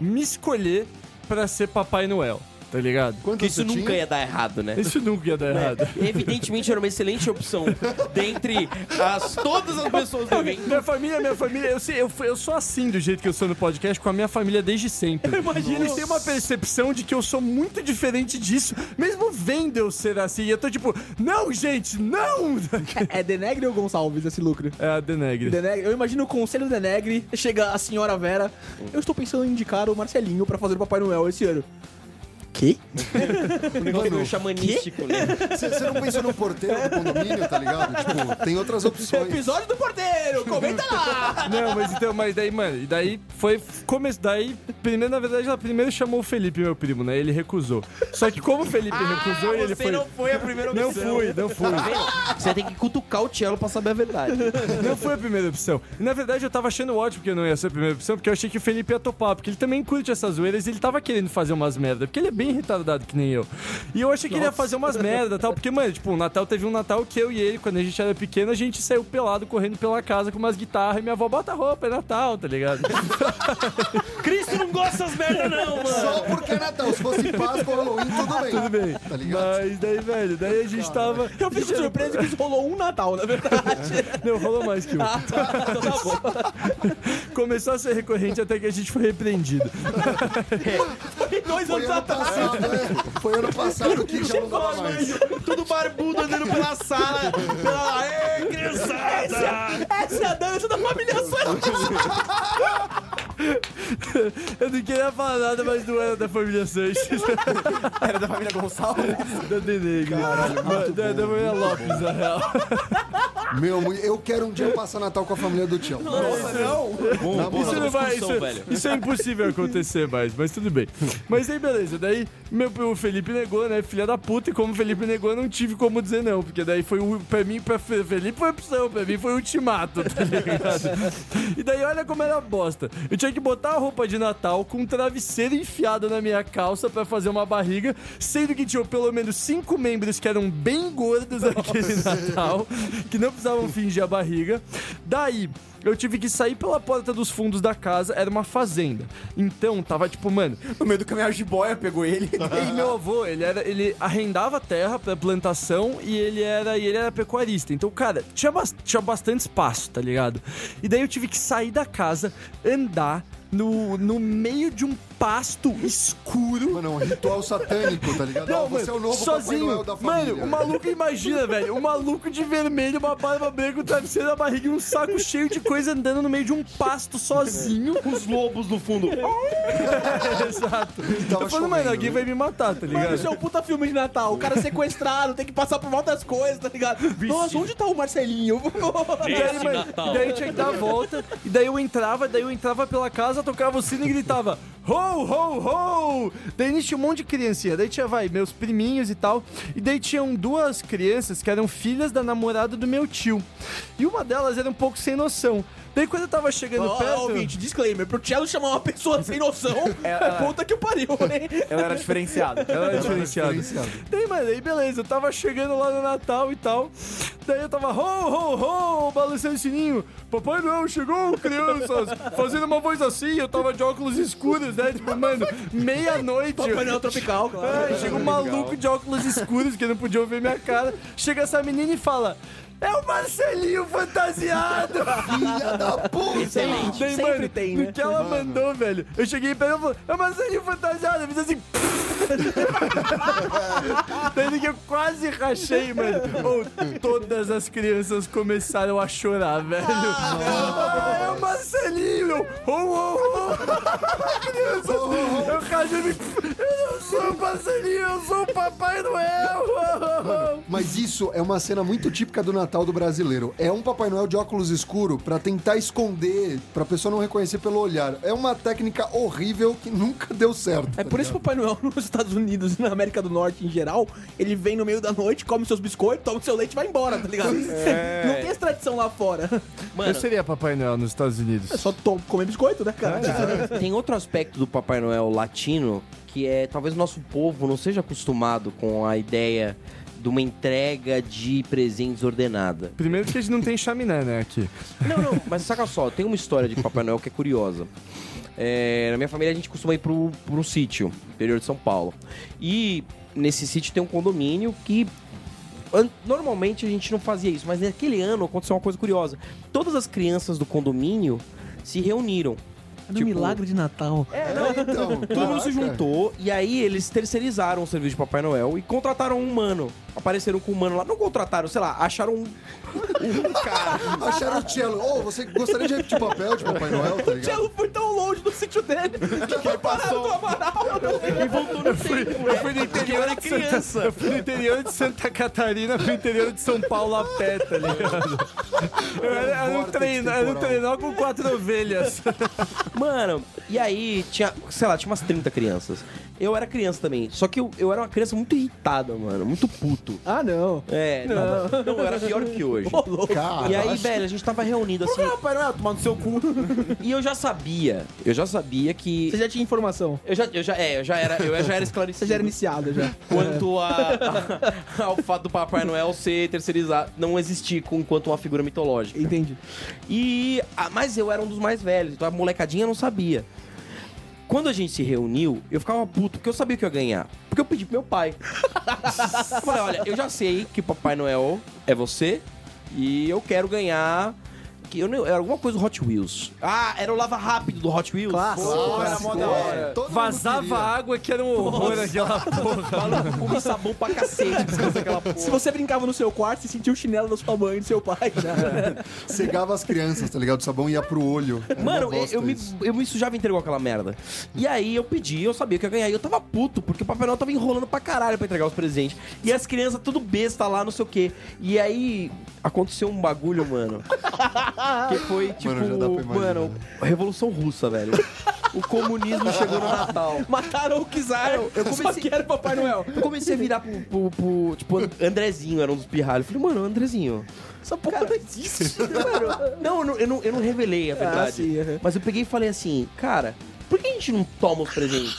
[SPEAKER 4] me escolher pra ser Papai Noel, tá ligado?
[SPEAKER 5] Porque
[SPEAKER 2] Quantos
[SPEAKER 5] isso
[SPEAKER 2] você
[SPEAKER 5] nunca
[SPEAKER 2] tinha?
[SPEAKER 5] ia dar errado, né?
[SPEAKER 4] Isso nunca ia dar errado.
[SPEAKER 5] Evidentemente era uma excelente opção. Dentre as, todas as pessoas do evento.
[SPEAKER 4] Minha família, minha família, eu, sei, eu, fui- eu sou assim do jeito que eu sou no podcast com a minha família desde sempre. Imagina, eles têm uma percepção de que eu sou muito diferente disso, mesmo vendo eu ser assim. E eu tô tipo, não, gente, não! [LAUGHS]
[SPEAKER 6] É Denegre ou Gonçalves esse lucro?
[SPEAKER 4] É a Denegre.
[SPEAKER 6] Denegre, eu imagino o conselho Denegre, chega a senhora Vera, eu estou pensando em indicar o Marcelinho pra fazer o Papai Noel esse ano. Que?
[SPEAKER 5] Um negócio meio xamanístico, né?
[SPEAKER 2] Você você não pensou no porteiro do condomínio, tá ligado? Tipo, tem outras opções.
[SPEAKER 6] Episódio do porteiro, comenta lá!
[SPEAKER 4] Não, mas então, mas daí, mano, e daí foi. Começo, daí, primeiro, na verdade, ela primeiro chamou o Felipe, meu primo, né? Ele recusou. Só que como o Felipe recusou, ele foi.
[SPEAKER 5] foi a primeira
[SPEAKER 4] Não fui, não fui.
[SPEAKER 5] Você tem que cutucar o Tchelo pra saber a verdade.
[SPEAKER 4] Não foi a primeira opção. E, Na verdade, eu tava achando ótimo que eu não ia ser a primeira opção, porque eu achei que o Felipe ia topar, porque ele também curte essas zoeiras e ele tava querendo fazer umas merda, porque ele é bem retardado que nem eu. E eu achei que ele ia fazer umas merda e tal, porque, mano, tipo, o Natal teve um Natal que eu e ele, quando a gente era pequeno, a gente saiu pelado correndo pela casa com umas guitarras e minha avó bota roupa, é Natal, tá ligado?
[SPEAKER 5] Cristo não gosta dessas merda, não, mano.
[SPEAKER 2] Só porque é Natal. Se fosse Páscoa, Halloween, tudo bem. Tudo
[SPEAKER 4] bem.
[SPEAKER 2] Tá ligado?
[SPEAKER 4] Mas daí, velho, daí a gente tava.
[SPEAKER 6] Eu fico surpreso que isso rolou um Natal, na verdade.
[SPEAKER 4] Não, rolou mais que um.
[SPEAKER 6] Ah, tá, então tá bom.
[SPEAKER 4] Começou a ser recorrente até que a gente foi repreendido.
[SPEAKER 6] Dois
[SPEAKER 2] Foi
[SPEAKER 6] anos
[SPEAKER 2] ano
[SPEAKER 6] atrás.
[SPEAKER 2] passado, né? Foi ano passado que já não dava mais.
[SPEAKER 5] Tudo barbudo andando pela sala. Pela... Ê, criançada!
[SPEAKER 6] Essa é a dança da família Santos.
[SPEAKER 4] Eu não queria falar nada, mas não era da família Sanches.
[SPEAKER 3] Era da família Gonçalves?
[SPEAKER 4] da Denegri. Da, da família Lopes, na real.
[SPEAKER 2] Meu, mu- eu quero um dia passar Natal com a família do Tião.
[SPEAKER 5] Bom,
[SPEAKER 2] Não,
[SPEAKER 5] porra,
[SPEAKER 4] Isso não
[SPEAKER 5] uma
[SPEAKER 4] vai,
[SPEAKER 5] discussão,
[SPEAKER 4] isso,
[SPEAKER 5] velho.
[SPEAKER 4] isso é impossível acontecer mais, mas tudo bem. Mas aí, beleza, daí meu, o Felipe negou, né? Filha da puta, e como o Felipe negou, eu não tive como dizer não, porque daí foi o. Pra mim, pra Fe- Felipe foi opção, pra mim foi ultimato, tá ligado? E daí olha como era bosta. Eu tinha que botar a roupa de Natal com um travesseiro enfiado na minha calça pra fazer uma barriga, sendo que tinha pelo menos cinco membros que eram bem gordos naquele Natal, que não precisavam fingir a barriga. Daí, eu tive que sair pela porta dos fundos da casa, era uma fazenda. Então, tava tipo, mano,
[SPEAKER 3] No meio do caminho, a jiboia pegou ele.
[SPEAKER 4] e meu avô, ele era, ele arrendava terra pra plantação e ele era, e ele era pecuarista. Então, cara, tinha, bas- tinha bastante espaço, tá ligado? E daí eu tive que sair da casa, andar no, no meio de um pasto escuro.
[SPEAKER 2] Mano, é um ritual satânico, tá ligado? Ah, você é o novo Papai Noel
[SPEAKER 4] sozinho.
[SPEAKER 2] da família.
[SPEAKER 4] mano, o maluco, imagina, velho. O maluco de vermelho, uma barba branca, um travesseiro na barriga e um saco cheio de coisa andando no meio de um pasto
[SPEAKER 2] Tá
[SPEAKER 4] sozinho.
[SPEAKER 5] Os lobos no fundo.
[SPEAKER 2] tava
[SPEAKER 4] Exato. Eu falei, mano,
[SPEAKER 2] chovendo,
[SPEAKER 4] tá alguém
[SPEAKER 2] né?
[SPEAKER 4] vai me matar, tá ligado?
[SPEAKER 6] Isso é um puta filme de Natal. O cara é sequestrado, tem que passar por volta das coisas, tá ligado? Nossa, onde tá o Marcelinho?
[SPEAKER 4] E daí,
[SPEAKER 5] Esse
[SPEAKER 4] mano,
[SPEAKER 5] Natal.
[SPEAKER 4] e daí eu tinha que dar a volta, e daí eu entrava, daí eu entrava pela casa, tocava o sino e gritava: Ho, ho, ho! Daí nisso tinha um monte de criancinha, daí tinha, vai, meus priminhos e tal. E daí tinham duas crianças que eram filhas da namorada do meu tio. E uma delas era um pouco sem noção. Daí quando eu tava chegando
[SPEAKER 6] Ó, ó,
[SPEAKER 4] perto.
[SPEAKER 6] ouvinte, disclaimer, pro Cello chamar uma pessoa sem noção, é puta que o pariu, hein? É um
[SPEAKER 3] Ela era diferenciada. Ela
[SPEAKER 2] Tá
[SPEAKER 3] era
[SPEAKER 4] diferenciada.
[SPEAKER 2] Diferenciado.
[SPEAKER 4] Daí, mano, aí beleza, eu tava chegando lá no Natal e tal. Daí eu tava, ho, ho, ho, balançando o sininho. Papai Noel chegou, crianças, [LAUGHS] fazendo uma voz assim. Eu tava de óculos escuros, né? Tipo, mano, meia-noite.
[SPEAKER 6] Papai Noel tá tropical, claro.
[SPEAKER 4] Ai, chega um maluco de óculos escuros que não podia ver minha cara. Chega essa menina e fala. É o Marcelinho fantasiado!
[SPEAKER 2] Filha da puta!
[SPEAKER 6] Excelente,
[SPEAKER 4] Daí,
[SPEAKER 6] sempre
[SPEAKER 4] mano,
[SPEAKER 6] tem,
[SPEAKER 4] O
[SPEAKER 6] né?
[SPEAKER 4] que ela mandou, velho? Eu cheguei pra ela e falei, é o Marcelinho fantasiado. Eu fiz assim. [LAUGHS] Tanto que eu quase rachei, mano. Ou todas as crianças começaram a chorar, velho. Ah, é o Marcelinho! Eu, oh, oh, oh. Crianças, eu rachei me. Eu não sou o Marcelinho, eu sou o Papai Noel! Oh, oh, oh.
[SPEAKER 2] Mas isso é uma cena muito típica do Natal do brasileiro. É um Papai Noel de óculos escuro pra tentar esconder, pra pessoa não reconhecer pelo olhar. É uma técnica horrível que nunca deu certo.
[SPEAKER 6] É por isso que o Papai Noel [LAUGHS] nos Estados Unidos e na América do Norte em geral, ele vem no meio da noite, come seus biscoitos, toma seu leite e vai embora, tá ligado? [LAUGHS] Não tem essa tradição lá fora. [LAUGHS]
[SPEAKER 5] Mano,
[SPEAKER 4] seria Papai Noel nos Estados Unidos.
[SPEAKER 6] É só tom- comer biscoito, né, cara? [LAUGHS]
[SPEAKER 5] tem outro aspecto do Papai Noel latino que é talvez o nosso povo não seja acostumado com a ideia de uma entrega de presentes ordenada.
[SPEAKER 4] Primeiro que a gente não tem chaminé, né, aqui.
[SPEAKER 5] Não, não, mas saca só, tem uma história de Papai Noel que é curiosa. É, na minha família a gente costuma ir pro, pro sítio, interior de São Paulo. E nesse sítio tem um condomínio que. an- Normalmente a gente não fazia isso, mas naquele ano aconteceu uma coisa curiosa. Todas as crianças do condomínio se reuniram.
[SPEAKER 6] No
[SPEAKER 5] Tipo,
[SPEAKER 6] milagre de Natal.
[SPEAKER 2] Então,
[SPEAKER 5] É, Todo mundo se juntou e aí eles terceirizaram o serviço de Papai Noel e contrataram um humano. Apareceram com um humano lá. Não contrataram, sei lá, acharam um. um cara.
[SPEAKER 2] Acharam o cello. Ô, você gostaria de repetir papel de Papai Noel, tá
[SPEAKER 6] O
[SPEAKER 2] ligado?
[SPEAKER 6] Cello foi tão longe do sítio dele que foi parar no Amaral.
[SPEAKER 5] E voltou no tempo.
[SPEAKER 4] Eu fui do
[SPEAKER 5] Eu
[SPEAKER 4] interior
[SPEAKER 5] era
[SPEAKER 4] de Santa,
[SPEAKER 5] criança.
[SPEAKER 4] eu fui do interior de Santa Catarina pro interior de São Paulo a pé, tá ligado? Eu era, era um
[SPEAKER 2] Vórtice
[SPEAKER 4] treinó, era um
[SPEAKER 2] temporal.
[SPEAKER 4] trenó com quatro ovelhas.
[SPEAKER 5] Mano, e aí tinha, sei lá, tinha umas 30 crianças. Eu era criança também, só que eu, eu era uma criança muito irritada, mano, muito puto.
[SPEAKER 6] Ah, não.
[SPEAKER 5] É, não, não, eu era pior que hoje.
[SPEAKER 6] Ô, louco.
[SPEAKER 2] Cara,
[SPEAKER 5] E aí, velho, a gente tava reunido assim.
[SPEAKER 3] Papai Noel, tomando seu cu.
[SPEAKER 5] E eu já sabia, eu já sabia que.
[SPEAKER 6] Você já tinha informação.
[SPEAKER 5] Eu já, eu já, é, eu já era, eu já era
[SPEAKER 6] [LAUGHS] Você
[SPEAKER 5] esclarecido.
[SPEAKER 6] já era iniciado, já.
[SPEAKER 5] Quanto a, [LAUGHS] a- ao fato do Papai Noel ser terceirizado, não existir com- enquanto uma figura mitológica.
[SPEAKER 6] Entendi.
[SPEAKER 5] E. ah, Mas eu era um dos mais velhos, então a molecadinha não sabia. Quando a gente se reuniu, eu ficava puto, porque eu sabia o que eu ia ganhar. Porque eu pedi pro meu pai. eu falei, olha, eu já sei que Papai Noel é você e eu quero ganhar que. Eu não, era alguma coisa do Hot Wheels. Ah, era o lava rápido do Hot Wheels.
[SPEAKER 3] Pô, era mó da hora.
[SPEAKER 2] Todo mundo
[SPEAKER 4] Vazava
[SPEAKER 2] queria.
[SPEAKER 4] água que era um horror aquela porra.
[SPEAKER 5] Maluco com sabão pra cacete. descansa aquela porra.
[SPEAKER 6] Se você brincava no seu quarto e sentia o chinelo da sua mãe e do seu pai, né?
[SPEAKER 2] Cegava as crianças, tá ligado? O sabão ia pro olho. Era uma
[SPEAKER 5] Mano, eu,
[SPEAKER 2] bosta
[SPEAKER 5] eu me,
[SPEAKER 2] isso.
[SPEAKER 5] eu me sujava inteiro igual aquela merda. E aí eu pedi, eu sabia que ia ganhar. E eu tava puto, porque o Papai Noel tava enrolando pra caralho pra entregar os presentes. E as crianças tudo besta lá, não sei o quê. E aí aconteceu um bagulho, mano. que foi tipo.
[SPEAKER 2] Mano, já dá pra imaginar. né?
[SPEAKER 5] mano, Revolução Russa, velho. O comunismo chegou no Natal.
[SPEAKER 6] Mataram o Kizaru.
[SPEAKER 5] Eu
[SPEAKER 6] Só
[SPEAKER 5] comecei-
[SPEAKER 6] que era o Papai Noel.
[SPEAKER 5] Eu comecei a virar pro, pro- pro- Tipo, Andrezinho era um dos pirralhos. Eu falei, mano, Andrezinho.
[SPEAKER 6] Essa porra não [LAUGHS] existe.
[SPEAKER 5] né, Mano, não, eu não, eu não, eu não revelei a verdade.
[SPEAKER 6] Ah, sim, aham.
[SPEAKER 5] Mas eu peguei e falei assim, cara, por que a gente não toma os presentes?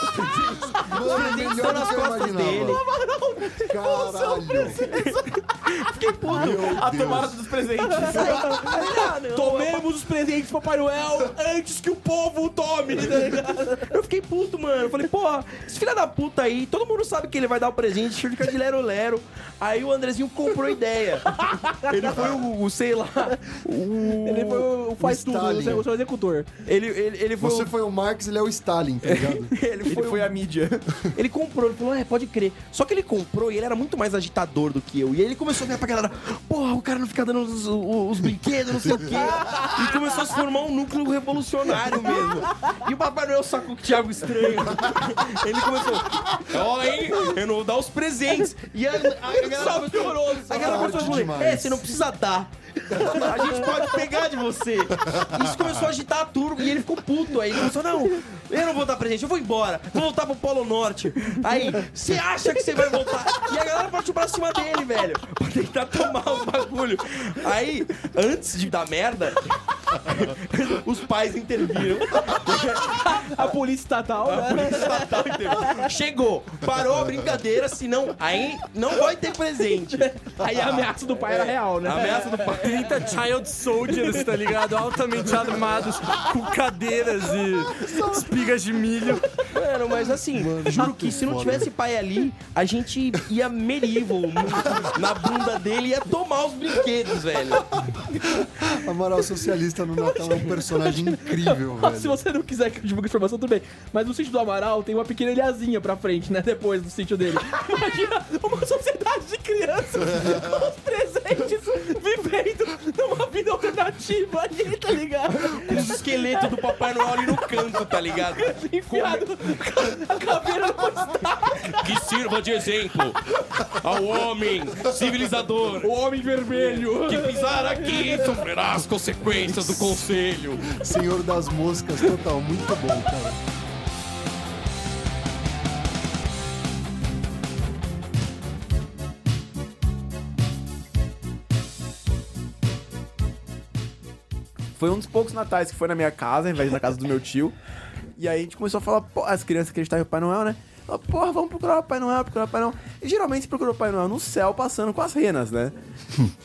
[SPEAKER 2] Mano, melhor do que eu imaginava.
[SPEAKER 5] é
[SPEAKER 2] Caralho.
[SPEAKER 5] Fiquei puto.
[SPEAKER 2] Meu
[SPEAKER 5] A
[SPEAKER 2] Deus.
[SPEAKER 5] tomada dos presentes. Aí, não, não,
[SPEAKER 6] Tomemos os presentes do Papai Noel antes que o povo tome.
[SPEAKER 5] tá Eu fiquei puto, mano. Eu falei, porra, esse filho da puta aí, todo mundo sabe que ele vai dar o presente, cheio de cara de lero-lero. Aí o Andrezinho comprou a ideia. Ele foi o, o, sei lá, o...
[SPEAKER 6] Ele foi o, o faz tudo,
[SPEAKER 2] Stalin.
[SPEAKER 6] o seu, o seu executor.
[SPEAKER 5] Ele, ele, ele foi
[SPEAKER 2] Você
[SPEAKER 5] o...
[SPEAKER 2] foi o Marx, ele é o Stalin, tá ligado?
[SPEAKER 5] Ele foi,
[SPEAKER 3] Ele foi um
[SPEAKER 5] o-
[SPEAKER 3] a mídia.
[SPEAKER 5] ele comprou, ele falou, é, pode crer. Só que ele comprou e ele era muito mais agitador do que eu. E aí ele começou a virar pra galera, porra, o cara não fica dando os, os- os brinquedos, não sei o quê. E começou a se formar um núcleo revolucionário mesmo. E o Papai Noel sacou que Thiago estranho. Ele começou, ó, hein, eu não vou dar os presentes. E a, a, a galera
[SPEAKER 6] Só piorou.
[SPEAKER 5] a
[SPEAKER 2] Tarde
[SPEAKER 5] galera começou a falar,
[SPEAKER 2] demais.
[SPEAKER 5] é, você não precisa dar. A gente pode pegar de você. Isso começou a agitar a turma e ele ficou puto. Aí ele começou, não, eu não vou dar presente, eu vou embora. Vou voltar pro Polo Norte. Aí, você acha que você vai voltar? E a galera partiu pra cima dele, velho. Pra tentar tomar os bagulho. Aí, antes de dar merda, [LAUGHS] os pais interviram.
[SPEAKER 6] A polícia estatal, né?
[SPEAKER 5] Natal inteiro. Chegou, parou a brincadeira, senão aí não vai ter presente.
[SPEAKER 6] Aí a ameaça do pai era real, né?
[SPEAKER 5] A ameaça do pai.
[SPEAKER 4] 30 child soldiers, tá ligado? Altamente armados, com cadeiras e espigas de milho.
[SPEAKER 5] Mano, mas assim, juro que se não tivesse pai ali, a gente ia medieval no- na bunda dele e ia tomar os brinquedos, velho.
[SPEAKER 2] Amaral Socialista no Natal é um personagem incrível,
[SPEAKER 6] Ah, [LAUGHS] Se
[SPEAKER 2] velho.
[SPEAKER 6] você não quiser que eu divulgue informação, tudo bem. Mas no sítio do Amaral tem uma pequena ilhazinha pra frente, né? Depois do sítio [LAUGHS] dele. Imagina uma sociedade de crianças com os presentes vivendo numa vida alternativa ali, tá ligado?
[SPEAKER 5] Os esqueletos do Papai Noel ali no canto, tá ligado?
[SPEAKER 6] Enfiado a caveira no
[SPEAKER 5] Que sirva de exemplo ao homem civilizador.
[SPEAKER 6] O homem vermelho.
[SPEAKER 5] Que pisar aqui sofrerá as consequências do conselho.
[SPEAKER 2] Senhor das Moscas, total. Muito bom, cara.
[SPEAKER 3] Foi um dos poucos natais que foi na minha casa, ao invés de na casa do meu tio. E aí a gente começou a falar, pô, as crianças acreditavam em Papai Noel, né? Fala, Porra, vamos procurar o Papai Noel, procurar o Papai Noel. E geralmente você procura o Papai Noel no céu, passando com as renas, né?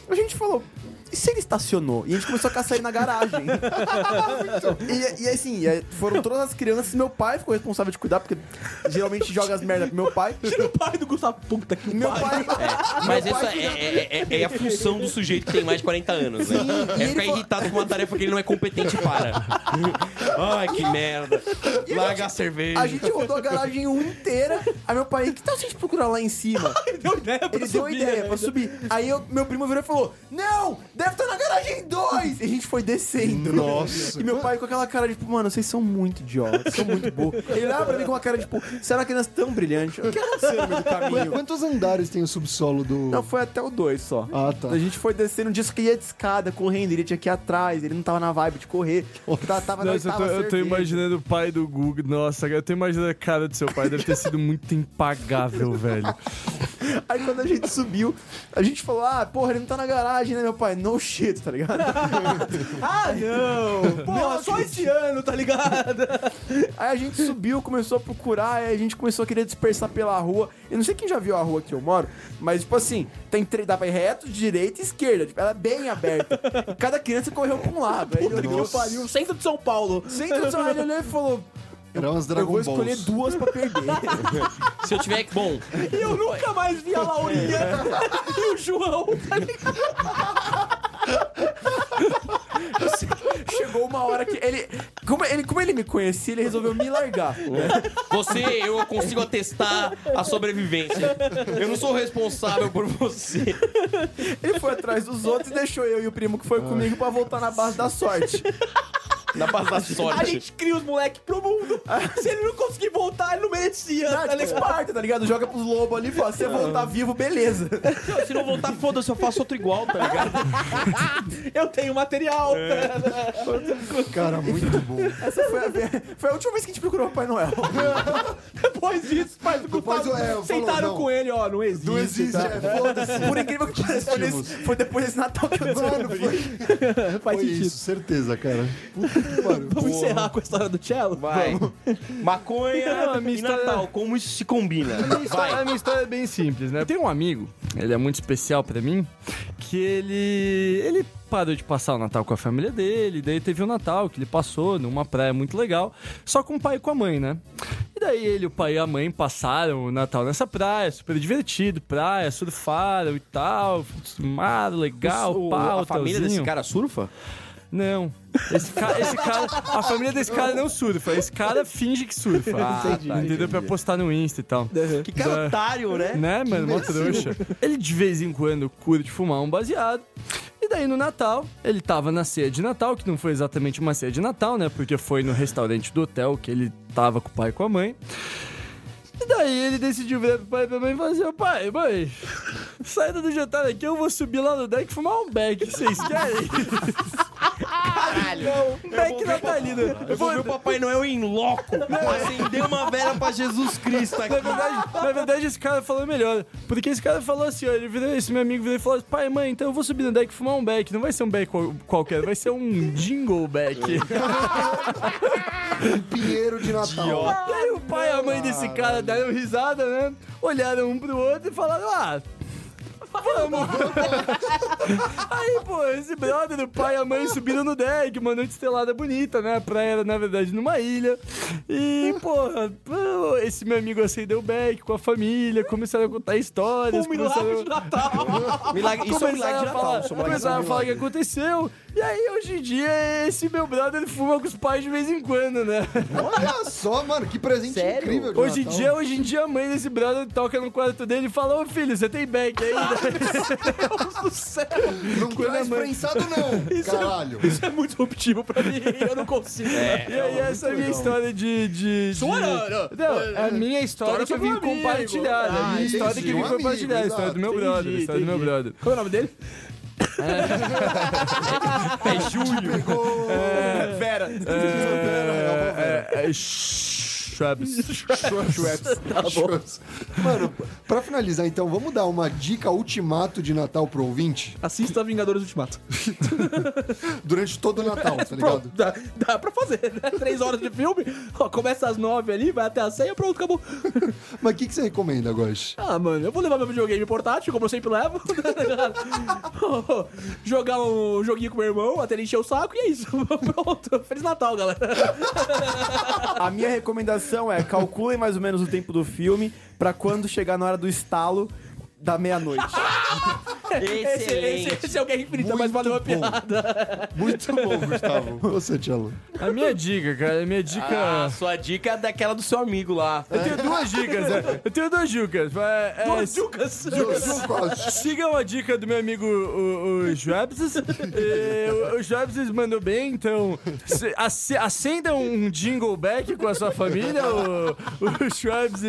[SPEAKER 3] a gente falou, e se ele estacionou? E a gente começou a caçar ele na
[SPEAKER 6] [LAUGHS]
[SPEAKER 3] garagem. e, e assim, e aí foram todas as crianças, meu pai ficou responsável de cuidar, porque geralmente joga as merdas pro meu pai.
[SPEAKER 6] Tira o pai do Gustavo. Puta que
[SPEAKER 3] E meu pai.
[SPEAKER 5] Mas essa é, é- é- é a função do sujeito que tem mais de 40 anos, né?
[SPEAKER 3] Sim, e
[SPEAKER 5] é
[SPEAKER 3] ele
[SPEAKER 5] ficar
[SPEAKER 3] falou-
[SPEAKER 5] irritado com uma tarefa que ele não é competente para. Ai, que merda. Larga a cerveja.
[SPEAKER 3] A gente rodou a garagem inteira. Aí meu pai, que tal se a gente procurar lá em
[SPEAKER 6] [LAUGHS]
[SPEAKER 3] cima?
[SPEAKER 6] Ele deu ideia pra
[SPEAKER 3] Ele deu a
[SPEAKER 6] subir,
[SPEAKER 3] ideia
[SPEAKER 6] né?
[SPEAKER 3] pra subir. Aí eu- meu primo virou e falou: Não! Deve estar na garagem 2! E a gente foi descendo.
[SPEAKER 2] Nossa.
[SPEAKER 3] E meu pai com aquela cara, tipo, mano, vocês são muito idiotas, são muito burros. [LAUGHS] Ele olhava pra mim com uma cara, tipo, será que criança tão brilhante? O que aconteceu no meio do
[SPEAKER 2] Ué,
[SPEAKER 3] caminho?
[SPEAKER 2] Tá, quantos andares tem o subsolo do.
[SPEAKER 3] Não, foi até o 2 só.
[SPEAKER 2] Ah, tá.
[SPEAKER 3] A gente foi descendo disso que ia de escada, correndo, ele tinha que ir atrás, ele não tava na vibe de correr. Tava, tava na
[SPEAKER 4] Nossa, eu tô,
[SPEAKER 3] oitava
[SPEAKER 4] eu tô
[SPEAKER 3] cerveja.
[SPEAKER 4] imaginando o pai do Guga. Nossa, eu tô imaginando a cara do seu pai. Deve ter sido muito
[SPEAKER 3] [LAUGHS]
[SPEAKER 4] impagável, velho.
[SPEAKER 3] Aí quando a gente subiu, a gente falou, ah, porra, ele não tá na garagem, né, meu pai? No shit, tá ligado?
[SPEAKER 6] Ah, [LAUGHS] não. Porra, só esse ano, tá ligado?
[SPEAKER 3] Aí a gente subiu, começou a procurar, aí a gente começou a querer dispersar pela rua. Eu não sei quem já viu a rua que eu moro, mas tipo assim, tem tre- dá pra ir reto, direita e esquerda. Tipo, ela é bem aberta. E cada criança correu pra um lado. Aí ele olhou
[SPEAKER 6] Que pariu. Centro de São Paulo.
[SPEAKER 3] sem intenção, ele olhou e falou:
[SPEAKER 2] Era umas
[SPEAKER 3] Eu
[SPEAKER 2] Dragon
[SPEAKER 3] vou escolher
[SPEAKER 2] Balls.
[SPEAKER 3] duas pra perder.
[SPEAKER 5] [LAUGHS] Se eu tiver. Bom,
[SPEAKER 6] E eu É. nunca mais vi a Laurinha e o João, tá ligado?
[SPEAKER 3] chegou uma hora que ele como, ele. como ele me conhecia, ele resolveu me largar.
[SPEAKER 5] Você, eu consigo atestar
[SPEAKER 3] tá-
[SPEAKER 5] a sobrevivência. Eu não sou responsável por você.
[SPEAKER 3] Ele foi atrás dos outros e deixou eu e o primo que foi comigo pra voltar na base da sorte.
[SPEAKER 5] Na base da
[SPEAKER 6] A
[SPEAKER 5] sorte.
[SPEAKER 6] gente cria os moleque pro [LAUGHS] mundo. Se ele não conseguir voltar, ele não merecia.
[SPEAKER 3] Ah, tipo Esparta, tá ligado? Joga pros lobos ali e fala: se você
[SPEAKER 4] Ah.
[SPEAKER 3] voltar vivo, beleza.
[SPEAKER 5] Se não voltar, foda-se, eu faço outro igual, tá ligado?
[SPEAKER 6] [LAUGHS]
[SPEAKER 5] É.
[SPEAKER 6] Eu tenho material.
[SPEAKER 2] Cara, Tá muito [LAUGHS] bom.
[SPEAKER 3] Essa foi a, ve- foi a última vez que a gente procurou o Papai Noel.
[SPEAKER 6] [LAUGHS] Depois disso, faz o
[SPEAKER 2] Depois,
[SPEAKER 6] Gustavo.
[SPEAKER 2] é, eu falo,
[SPEAKER 6] sentaram
[SPEAKER 2] não.
[SPEAKER 6] com ele, ó, não existe.
[SPEAKER 2] Não existe,
[SPEAKER 6] tá?
[SPEAKER 2] é, foda-se.
[SPEAKER 3] Por incrível que pareça, foi, nesse- foi depois desse Natal que eu
[SPEAKER 2] Mano, foi,
[SPEAKER 6] Faz
[SPEAKER 2] foi
[SPEAKER 6] sentido.
[SPEAKER 2] isso, certeza, cara. Puta que pariu.
[SPEAKER 6] Vamos encerrar com a história do cello?
[SPEAKER 5] Vai. Maconha
[SPEAKER 4] Não, a minha
[SPEAKER 5] e
[SPEAKER 4] história-
[SPEAKER 5] Natal, como isso se combina?
[SPEAKER 4] A minha história é bem simples, né? Eu tenho um amigo, ele é muito especial pra mim, que ele. ele parou de passar o Natal com a família dele, daí teve o Natal que ele passou numa praia muito legal, só com o pai e com a mãe, né? E daí ele, o pai e a mãe passaram o Natal nessa praia, super divertido, praia, surfaram e tal, mar, legal,
[SPEAKER 5] O-
[SPEAKER 4] Ah, pau,
[SPEAKER 5] a família desse
[SPEAKER 4] hotelzinho.
[SPEAKER 5] cara surfa?
[SPEAKER 4] Não. Esse, ca- esse cara. A família desse cara não surfa. Esse cara finge que surfa.
[SPEAKER 5] Ah, tá, Entendi,
[SPEAKER 4] Entendeu? Pra postar no Insta e tal.
[SPEAKER 5] Que cara
[SPEAKER 4] Da-
[SPEAKER 5] otário, né?
[SPEAKER 4] Né, mano? Mó trouxa. Ele de vez em quando curte fumar um baseado. E daí no Natal, ele tava na ceia de Natal, que não foi exatamente uma ceia de Natal, né? Porque foi no restaurante do hotel que ele tava com o pai e com a mãe. E daí ele decidiu virar pro pai e pra mãe e falar assim: "Ô, pai, mãe, saída do jantar aqui, eu vou subir lá no deck e fumar um beck. Vocês querem? Caralho! Beck natalino.
[SPEAKER 5] Eu vou ver o Papai Noel em loco,
[SPEAKER 3] é.
[SPEAKER 5] acender uma vela pra Jesus Cristo aqui.
[SPEAKER 4] Na verdade, na verdade, esse cara falou melhor. Porque esse cara falou assim, ó, ele virou, esse meu amigo virou e falou assim, pai, mãe, então eu vou subir no deck e fumar um beck. Não vai ser um beck qual- qualquer, vai ser um jingle beck.
[SPEAKER 2] Pinheiro de Natal.
[SPEAKER 4] Daí o pai e a mãe desse
[SPEAKER 5] Ah,
[SPEAKER 4] cara deram risada, né? Olharam um pro outro e falaram, ah... Vamos! [LAUGHS] Aí, pô, esse brother, o pai e a mãe subiram no deck, uma noite estrelada bonita, né? A praia era, na verdade, numa ilha. E, porra, pô, esse meu amigo acendeu o beck com a família, começaram a contar histórias.
[SPEAKER 6] Um milagre
[SPEAKER 4] começaram-
[SPEAKER 6] de Natal.
[SPEAKER 5] Milagre, isso é tá, um milagre de
[SPEAKER 4] Começaram a falar,
[SPEAKER 5] Natal. isso é um milagre de
[SPEAKER 4] tá, começaram a falar o que aconteceu. E aí, hoje em dia, esse meu brother ele fuma com os pais de vez em quando, né?
[SPEAKER 2] Olha só, mano, que presente
[SPEAKER 6] Sério?
[SPEAKER 2] incrível de
[SPEAKER 6] tá
[SPEAKER 4] Hoje em
[SPEAKER 2] Natal.
[SPEAKER 4] dia, é hoje em dia, a mãe desse brother toca no quarto dele e fala, ô filho, você tem
[SPEAKER 6] [LAUGHS]
[SPEAKER 4] back
[SPEAKER 6] É,
[SPEAKER 4] ainda?
[SPEAKER 2] Não traz
[SPEAKER 4] mãe-
[SPEAKER 2] prensado, não. Caralho.
[SPEAKER 6] Isso é muito disruptivo pra mim. Eu não consigo.
[SPEAKER 5] É.
[SPEAKER 4] e aí, essa é a minha história de... de, de...
[SPEAKER 6] Sua, não, não.
[SPEAKER 4] Não, é a minha história,
[SPEAKER 6] História
[SPEAKER 4] que eu
[SPEAKER 6] sobre
[SPEAKER 4] vim
[SPEAKER 6] um amigo.
[SPEAKER 4] compartilhar. né?
[SPEAKER 6] Ah,
[SPEAKER 4] a minha
[SPEAKER 6] entendi.
[SPEAKER 4] história que eu
[SPEAKER 2] Um
[SPEAKER 4] vim
[SPEAKER 2] amigo,
[SPEAKER 4] compartilhar. A história do meu
[SPEAKER 6] exato.
[SPEAKER 4] brother. A história do meu
[SPEAKER 6] Entendi,
[SPEAKER 4] brother.
[SPEAKER 6] Qual é o nome
[SPEAKER 4] [LAUGHS]
[SPEAKER 6] dele? É
[SPEAKER 2] Pegou.
[SPEAKER 3] Vera.
[SPEAKER 4] É, é, é, Schwabs.
[SPEAKER 2] Shows. Mano, pra finalizar, então, vamos dar uma dica ultimato de Natal pro ouvinte
[SPEAKER 6] Assista Vingadores Ultimato.
[SPEAKER 2] durante todo o Natal, tá
[SPEAKER 6] [LAUGHS] Pronto,
[SPEAKER 2] ligado?
[SPEAKER 6] dá, dá pra fazer, né? [LAUGHS] Três horas de filme, ó, começa às nove ali, vai até às ceia, pronto, acabou.
[SPEAKER 2] Mas o que, que você recomenda, Gosh?
[SPEAKER 6] Ah, mano, eu vou levar meu videogame portátil, como eu sempre levo. [LAUGHS] tá Jogar um joguinho com meu irmão, até ele encher o saco, e é isso. [LAUGHS] Pronto. Feliz Natal, galera.
[SPEAKER 3] A minha recomendação é calculem mais ou menos o tempo do filme pra quando chegar na hora do estalo
[SPEAKER 4] [LAUGHS]
[SPEAKER 3] da meia-noite.
[SPEAKER 6] Esse, esse,
[SPEAKER 5] Excelente.
[SPEAKER 6] esse é o Guerra Infinita, mas valeu a pena.
[SPEAKER 2] Muito bom,
[SPEAKER 6] [LAUGHS]
[SPEAKER 2] Gustavo. Você, Tchelo.
[SPEAKER 4] A minha dica, cara, a minha dica...
[SPEAKER 5] Ah, sua dica é daquela do seu amigo lá.
[SPEAKER 4] Eu tenho duas dicas, né? Eu tenho duas dicas. É, é,
[SPEAKER 6] Ô, Jucas.
[SPEAKER 2] um
[SPEAKER 4] Sigam a dica do meu amigo o, o Jobs. É, o, o Jobs mandou bem, então se- ace- acenda um jingle back com a sua família. O, o Jobs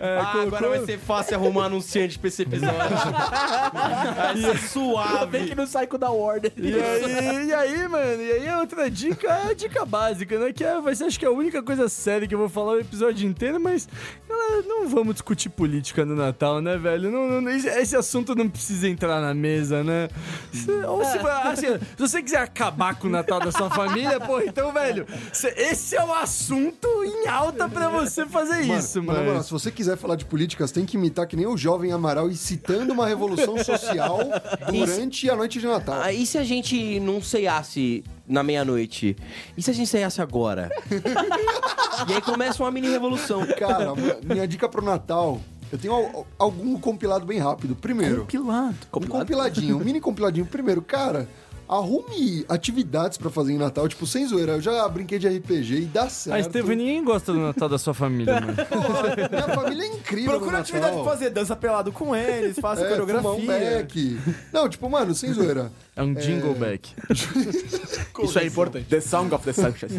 [SPEAKER 4] é,
[SPEAKER 5] Ah, agora vai ser fácil arrumar anunciante pra esse episódio. Vai ser
[SPEAKER 6] [LAUGHS] Bem
[SPEAKER 5] suave.
[SPEAKER 6] que não sai com o da Ordem.
[SPEAKER 4] E aí, e aí, mano, e aí a outra dica é a dica básica, né? Que é, vai ser acho que a única coisa séria que eu vou falar o episódio inteiro, mas galera, não vamos discutir política no Natal, né, velho? Não, não- não- esse, esse assunto não precisa entrar na mesa, né? Se- ou se, vai- assim, se você quiser acabar com o Natal da sua família, pô, então, velho, cê- esse é o assunto em alta pra você fazer isso,
[SPEAKER 2] mas, na
[SPEAKER 4] mano.
[SPEAKER 2] moral, se você quiser falar de políticas, tem que imitar que nem o jovem Amaral e citando uma revolução
[SPEAKER 6] [LAUGHS]
[SPEAKER 2] social durante a noite de Natal.
[SPEAKER 5] Ah, e se a gente não ceiasse na meia-noite? E se a gente ceiasse [LAUGHS] agora? e aí começa uma mini revolução.
[SPEAKER 2] Cara, minha dica pro Natal, eu tenho al- algum compilado bem rápido. Primeiro,
[SPEAKER 3] Compilado.
[SPEAKER 2] um compiladinho, um mini compiladinho. Primeiro, cara, Arrume atividades pra fazer em Natal, tipo, sem zoeira. Eu já brinquei de RPG e dá certo.
[SPEAKER 4] Ah, Estevam, ninguém gosta do Natal da sua [LAUGHS] família, mano.
[SPEAKER 2] Minha família é incrível.
[SPEAKER 3] Procura
[SPEAKER 2] no
[SPEAKER 3] atividade pra
[SPEAKER 2] Natal.
[SPEAKER 3] fazer, dança pelado com eles, faça
[SPEAKER 2] É, fumar um
[SPEAKER 3] coreografia.
[SPEAKER 2] beck. Não, tipo, mano, sem zoeira.
[SPEAKER 4] É um jingleback.
[SPEAKER 6] Isso é importante.
[SPEAKER 3] The Song of the Sunshine.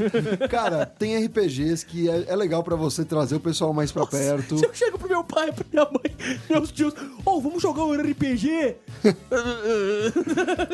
[SPEAKER 2] Cara, tem RPGs que é, é legal pra você trazer o pessoal mais pra perto.
[SPEAKER 6] Se [LAUGHS] eu chego pro meu pai, pra minha mãe, meus tios, ô, vamos jogar um RPG?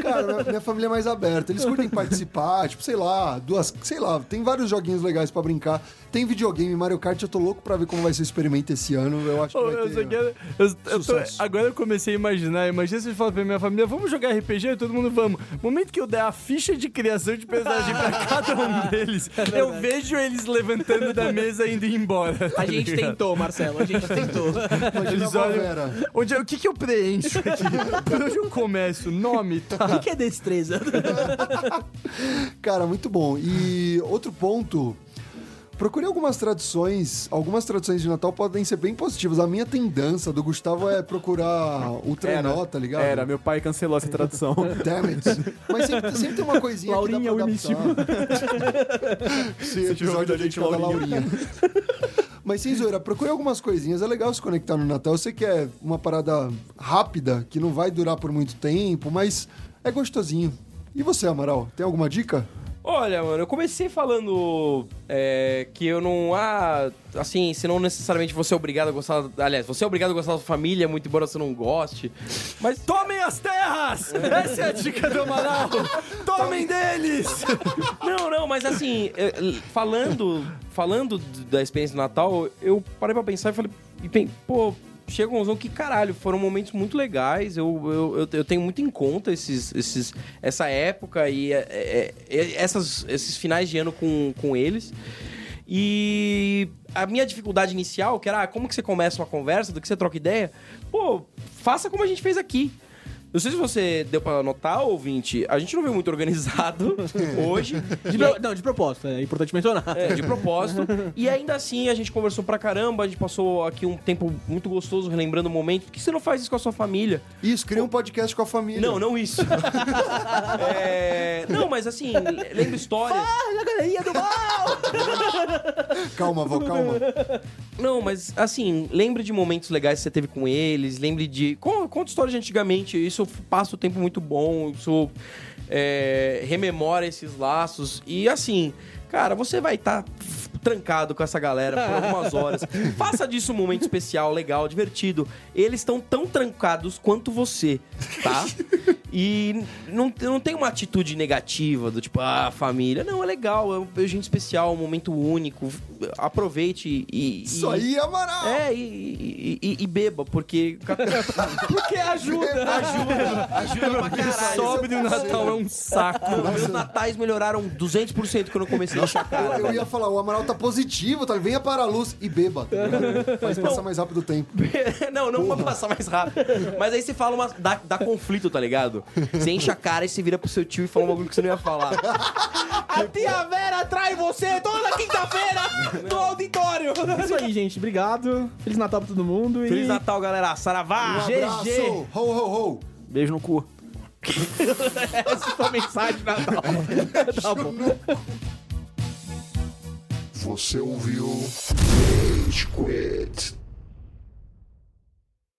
[SPEAKER 2] Cara, minha- minha família é mais aberta. Eles curtem participar, tipo, sei lá, duas. Sei lá, tem vários joguinhos legais pra brincar. Tem videogame, Mario Kart, eu tô louco pra ver como vai ser o experimento esse ano. Eu acho que
[SPEAKER 4] Pô,
[SPEAKER 2] vai
[SPEAKER 4] eu
[SPEAKER 2] ter- um
[SPEAKER 4] só
[SPEAKER 3] é
[SPEAKER 4] quero- eu- eu tô-
[SPEAKER 2] Sucesso.
[SPEAKER 4] agora eu comecei a imaginar. Imagina se eu falar pra minha família, vamos jogar RPG? Todo mundo, vamos. Momento que eu der a ficha de criação de personagem pra cada um deles, eu vejo eles levantando da mesa e indo embora. tá
[SPEAKER 6] A gente
[SPEAKER 4] ligado?
[SPEAKER 6] tentou, Marcelo, a [LAUGHS] gente tentou.
[SPEAKER 2] Imagina a
[SPEAKER 4] Eles olham-
[SPEAKER 2] Vera.
[SPEAKER 4] Onde, é- o que que eu preencho aqui? Por onde eu começo? Nome, tá?
[SPEAKER 6] O que é destreza?
[SPEAKER 2] Cara, muito bom. [LAUGHS] E outro ponto. Procure algumas tradições. Algumas tradições de Natal podem ser bem positivas. A minha tem dança, do Gustavo é procurar o trenó, tá ligado?
[SPEAKER 3] Era, meu pai cancelou essa tradução.
[SPEAKER 2] Damn it. Mas sempre, sempre tem uma coisinha
[SPEAKER 6] Laurinha,
[SPEAKER 2] que dá
[SPEAKER 6] o
[SPEAKER 2] pra
[SPEAKER 6] início.
[SPEAKER 2] adaptar. [LAUGHS] Sim, episódio é dedicado a Laurinha. [LAUGHS] Mas sem zoeira, procure algumas coisinhas. É legal se conectar no Natal. Eu sei que é uma parada rápida, que não vai durar por muito tempo, mas é gostosinho. E você, Amaral, tem alguma dica?
[SPEAKER 5] Olha, mano, eu comecei falando é, que eu não. Ah, assim, se não necessariamente você é obrigado a gostar. Aliás, você é obrigado a gostar da sua família, muito embora você não goste. Mas
[SPEAKER 7] Tomem as terras! [LAUGHS] Essa é a dica do Amaral! Tomem deles!
[SPEAKER 5] Não, não, mas assim, eh, l- falando, falando d- da experiência do Natal, eu parei pra pensar e falei, e pen- pô, chega um que caralho, foram momentos muito legais, eu, eu, eu, eu tenho muito em conta esses, esses, essa época e eh, eh, eh, essas, esses finais de ano com, com eles. E a minha dificuldade inicial, que era ah, como que você começa uma conversa, do que você troca ideia, pô, faça como a gente fez aqui. Não sei se você deu pra notar, ouvinte, a gente não veio muito organizado hoje.
[SPEAKER 6] De pro- Não, de propósito, é importante mencionar.
[SPEAKER 5] É, de propósito. E ainda assim, a gente conversou pra caramba, a gente passou aqui um tempo muito gostoso relembrando o momento. Por que você não faz isso com a sua família?
[SPEAKER 2] Isso, cria um podcast com a família.
[SPEAKER 5] Não, não isso. [LAUGHS] É, Não, mas assim, lembra histórias.
[SPEAKER 6] Ah, a galerinha do mal!
[SPEAKER 2] Calma, vó, calma.
[SPEAKER 5] Não, mas assim, lembre de momentos legais que você teve com eles, lembre de. con- Conta histórias de antigamente, isso passa o tempo muito bom, isso é, rememora esses laços. E assim, cara, você vai estar trancado com essa galera por algumas horas. Faça disso um momento especial, legal, divertido. Eles estão tão trancados quanto você, tá? E não, não tem uma atitude negativa do tipo, ah, família. Não, é legal, é um é gente especial, um momento único. Aproveite e.
[SPEAKER 2] Isso
[SPEAKER 5] e-
[SPEAKER 2] aí, Amaral!
[SPEAKER 5] É, e, e- e- e beba, porque.
[SPEAKER 6] Porque
[SPEAKER 2] É,
[SPEAKER 6] ajuda!
[SPEAKER 2] tá,
[SPEAKER 5] ajuda! Ajuda pra caralho!
[SPEAKER 4] Sobre o Natal é um saco.
[SPEAKER 5] Mano, meus natais melhoraram 200% quando eu comecei a encher cara.
[SPEAKER 2] Eu ia falar, o Amaral tá positivo, tá? venha para a luz e beba. tá ligado? Faz passar mais rápido o tempo.
[SPEAKER 5] [LAUGHS] não, não pra passar mais rápido. Mas aí você fala uma. Dá, dá conflito, tá ligado? Você enche a cara e você vira pro seu tio e fala um bagulho que você não ia falar.
[SPEAKER 6] A tia Vera trai você toda quinta-feira no auditório! É isso aí, gente. Obrigado. Feliz Natal pra todo mundo e.
[SPEAKER 5] Feliz Natal, galera! Saravá!
[SPEAKER 2] Um abraço! Ho, ho, ho!
[SPEAKER 3] [LAUGHS] Beijo no cu.
[SPEAKER 6] Essa foi a mensagem de Natal. tá bom.
[SPEAKER 8] Você ouviu? Rage Quit.